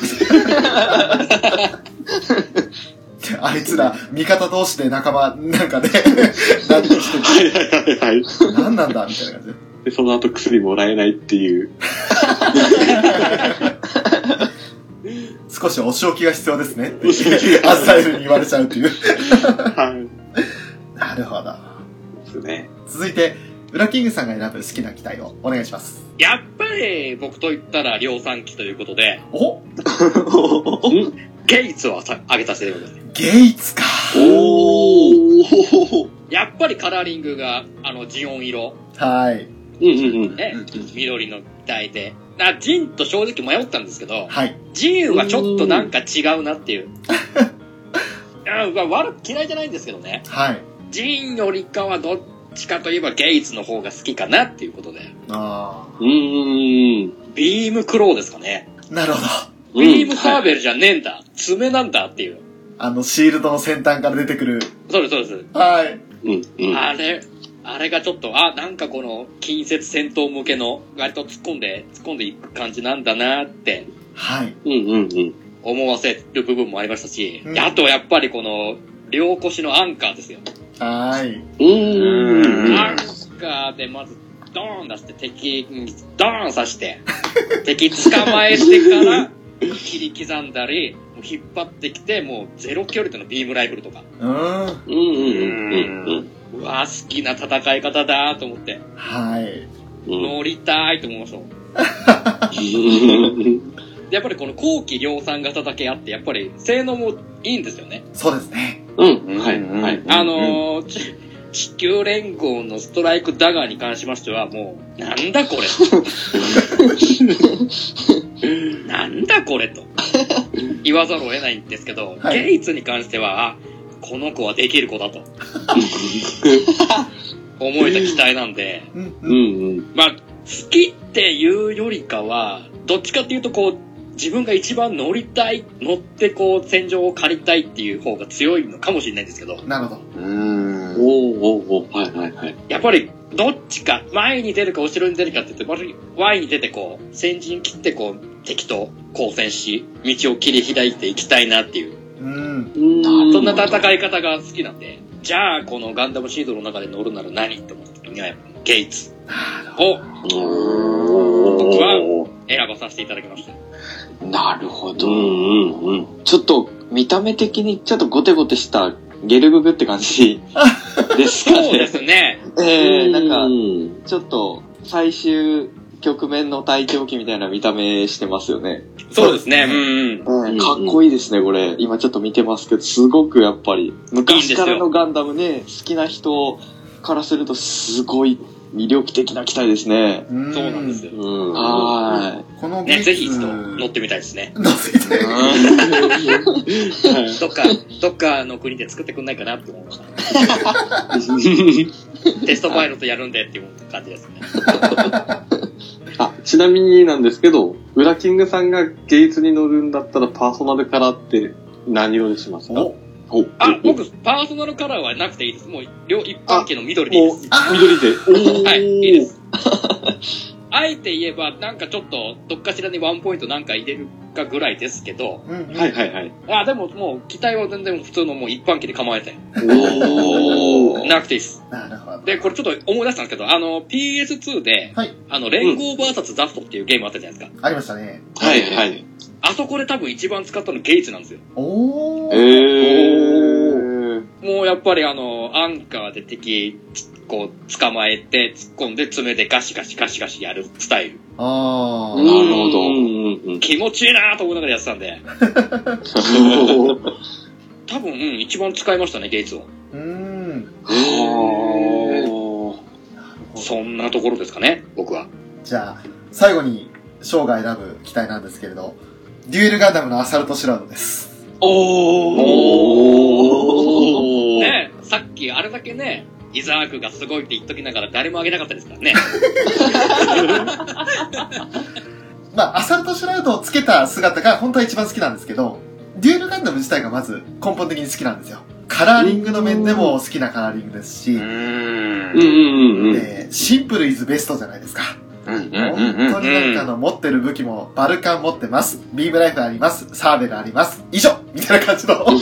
あいつら、味方同士で 仲間、なんかね、何としはいはいはいはい。て、何なんだみたいな感じで。で、その後薬もらえないっていう。少しお仕置きが必要 ですねっていう。アスタイルに言われちゃうっていう。はい。なるほど。ですね。続いて、ウラキングさんが選ぶ好きな機体をお願いします。やっぱり僕と言ったら量産機ということで、おゲイツをさ上げさせてください。ゲイツか。おー。おやっぱりカラーリングが、あの、ジオン色、はい。うんうんうん。ね、緑の体で。あ、ジンと正直迷ったんですけど、はい。ジンはちょっとなんか違う なっていう。あまあ悪く嫌いじゃないんですけどね。はい。ジンよりかはどっちかといえばゲイツの方が好きかなっていうことで。あうんうんビームクローですかね。ー。なるほど。うん。ビームサーベル。ルじゃねえんだ。爪なんだっていう。あの、シールドの先端から出てくる。そうです、そうです。はい。うんうん。あれ、あれがちょっと、あ、なんかこの、近接戦闘向けの、割と突っ込んで、突っ込んでいく感じなんだなってはい。うんうんうん。思わせる部分もありましたし、うんあとやっぱりこの、両腰のアンカーですよ。はい。うんうんうん。アンカーでまず、ドーン出して、敵にドーン刺して、 敵捕まえてから、切り刻んだり、もう引っ張ってきて、もうゼロ距離でのビームライフルとか。うーん。うんうんうんうん。うわ、好きな戦い方だと思って、はい。うん乗りたいと思いました。でやっぱりこの後期量産型だけあって、やっぱり性能もいいんですよね。そうですね。うん。はいはい。うんあのーち地球連合のストライクダガーに関しましては、もう、なんだこれ。なんだこれと。言わざるを得ないんですけど、はいゲイツに関しては、あこの子はできる子だ と思えた期待なんで、うん。ううんんうん。まあ、好きっていうよりかは、どっちかっていうとこう、自分が一番乗りたい、乗ってこう、戦場を借りたいっていう方が強いのかもしれないんですけど、なるほど。うん。おーおーおー。はいはいはい。やっぱり、どっちか、前に出るか後ろに出るかって言って、まず、Y に出てこう、先陣切ってこう、敵と交戦し、道を切り開いていきたいなっていう。うん。うんそんな戦い方が好きなんで、じゃあ、このガンダムシードの中で乗るなら何と思った時には、やっぱゲイツを僕は選ばさせていただきました。なるほうど。んうんうん。ちょっと、見た目的にちょっとゴテゴテした、ゲルググって感じですかそうでね。すね。えー、なんか、んちょっと、最終局面の対抗期みたいな見た目してますよね。そうですね。うん。うんかっこいいですね、これ。今ちょっと見てますけど、すごくやっぱり、昔からのガンダムね、好きな人からすると、すごい魅力的な機体ですね。うんそうなんですよ。うん。はこのね、ぜひ一の度乗ってみたいですね。乗せてー。い。どっか、どっかの国で作ってくんないかなって思い ました。テストパイロットやるんでっていう感じですね。あ、ちなみになんですけど、ウラキングさんがゲイツに乗るんだったらパーソナルカラーって何色にしますかおおあ、お僕、パーソナルカラーはなくていいです。もう、両、一般家の緑でいいおです。緑で。おーはい、いい です。あえて言えば、なんかちょっと、どっかしらにワンポイントなんか入れるかぐらいですけど、うんうんはいはいはい。あ、でももう、機体は全然普通のもう一般機で構えて、おー。なくていいです。なるほど。で、これちょっと思い出したんですけど、あの、PS2 で、はいあの、連合 VS ザフトっていうゲームあったじゃないですか。ありましたね。はいはい。あそこで多分一番使ったのゲイツなんですよ。おえー。ー。もうやっぱりあの、アンカーで敵、こう、捕まえて、突っ込んで爪でガシガシガシガシやるスタイル。あなー。るほど。うんうん気持ちいいなぁと思いながらやってたんで、うん。多分、うん、一番使いましたね、ゲイツを。うん。はそんなところですかね、僕は。じゃあ、最後に、生涯選ぶ機体なんですけれど、デュエルガンダムのアサルトシラウドです。おー。ねさっきあれだけね、イザークがすごいって言っときながら誰もあげなかったですからね。まあ、アサルトシラウドをつけた姿が本当は一番好きなんですけど、デュエルガンダム自体がまず根本的に好きなんですよ。カラーリングの面でも好きなカラーリングですし、んうんうんうん。えーシンプルイズベストじゃないですか。うん本当になんかあの、持ってる武器もバルカン持ってます。ビームライフルあります。サーベルあります。以上みたいな感じの。この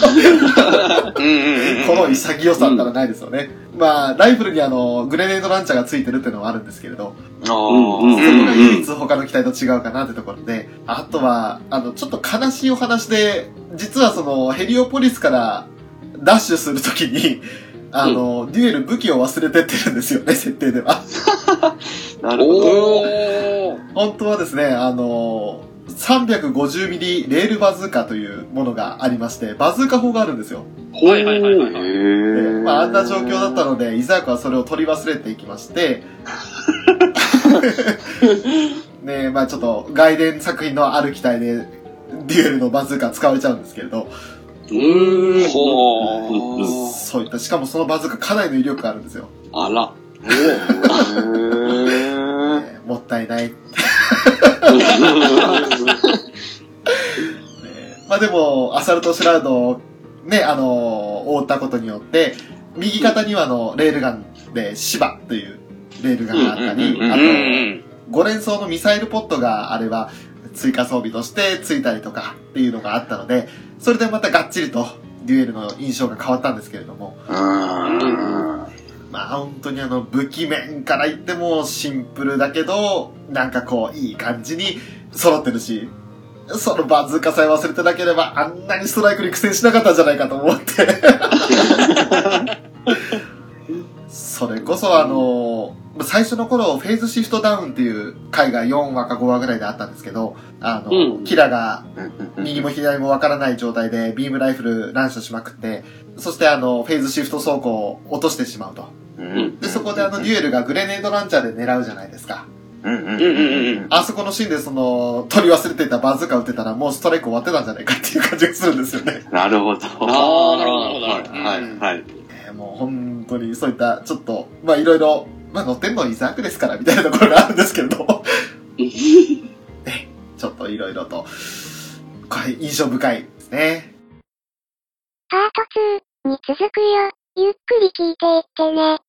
潔さったらないですよね。まあ、ライフルにあの、グレネードランチャーがついてるっていうのはあるんですけれど、あそーこが唯一他の機体と違うかなってところで、あとは、あの、ちょっと悲しいお話で、実はその、ヘリオポリスからダッシュするときに、あの、デュエル武器を忘れてってるんですよね、設定では。なるほど。おー。おー本当はですね、あの、350ミリレールバズーカというものがありまして、バズーカ砲があるんですよ。はいはいはいはいへはい。ーまあ、あんな状況だったので、イザークはそれを取り忘れていきまして、ねえ、まあちょっと外伝作品のある機体で、デュエルのバズーカ使われちゃうんですけれど、うーん。ほー。そういった、しかもそのバズーカかなりの威力があるんですよ。あら。ねへえもったいない。ねーえまあでも、アサルトシュラウドをね、あの覆ったことによって、右肩にはあの、レールガンで芝というレールガンがあったり、うんうんあうと、ん5連装のミサイルポットがあれば追加装備としてついたりとかっていうのがあったので、それでまたがっちりとデュエルの印象が変わったんですけれども、まあ本当にあの武器面から言ってもシンプルだけど、なんかこういい感じに揃ってるし、そのバズーカさえ忘れてなければあんなにストライクに苦戦しなかったんじゃないかと思って。それこそあの、最初の頃フェーズシフトダウンっていう回が4話か5話ぐらいであったんですけど、あの、うんキラが右も左もわからない状態でビームライフル乱射しまくって、そしてあの、フェーズシフト走行を落としてしまうと。で、そこであの、デュエルがグレネードランチャーで狙うじゃないですか。あそこのシーンでその、取り忘れていたバズーカ撃てたらもうストライク終わってたんじゃないかっていう感じがするんですよ ね。なるほど。あーなるほどなるほどはいはいはい。ねもう本当にそういった、ちょっと、まあいろいろ、まあ乗ってんのイザークですからみたいなところがあるんですけれど。ねちょっといろいろと、これ印象深いですね。パート2に続くよ。ゆっくり聞いていってね。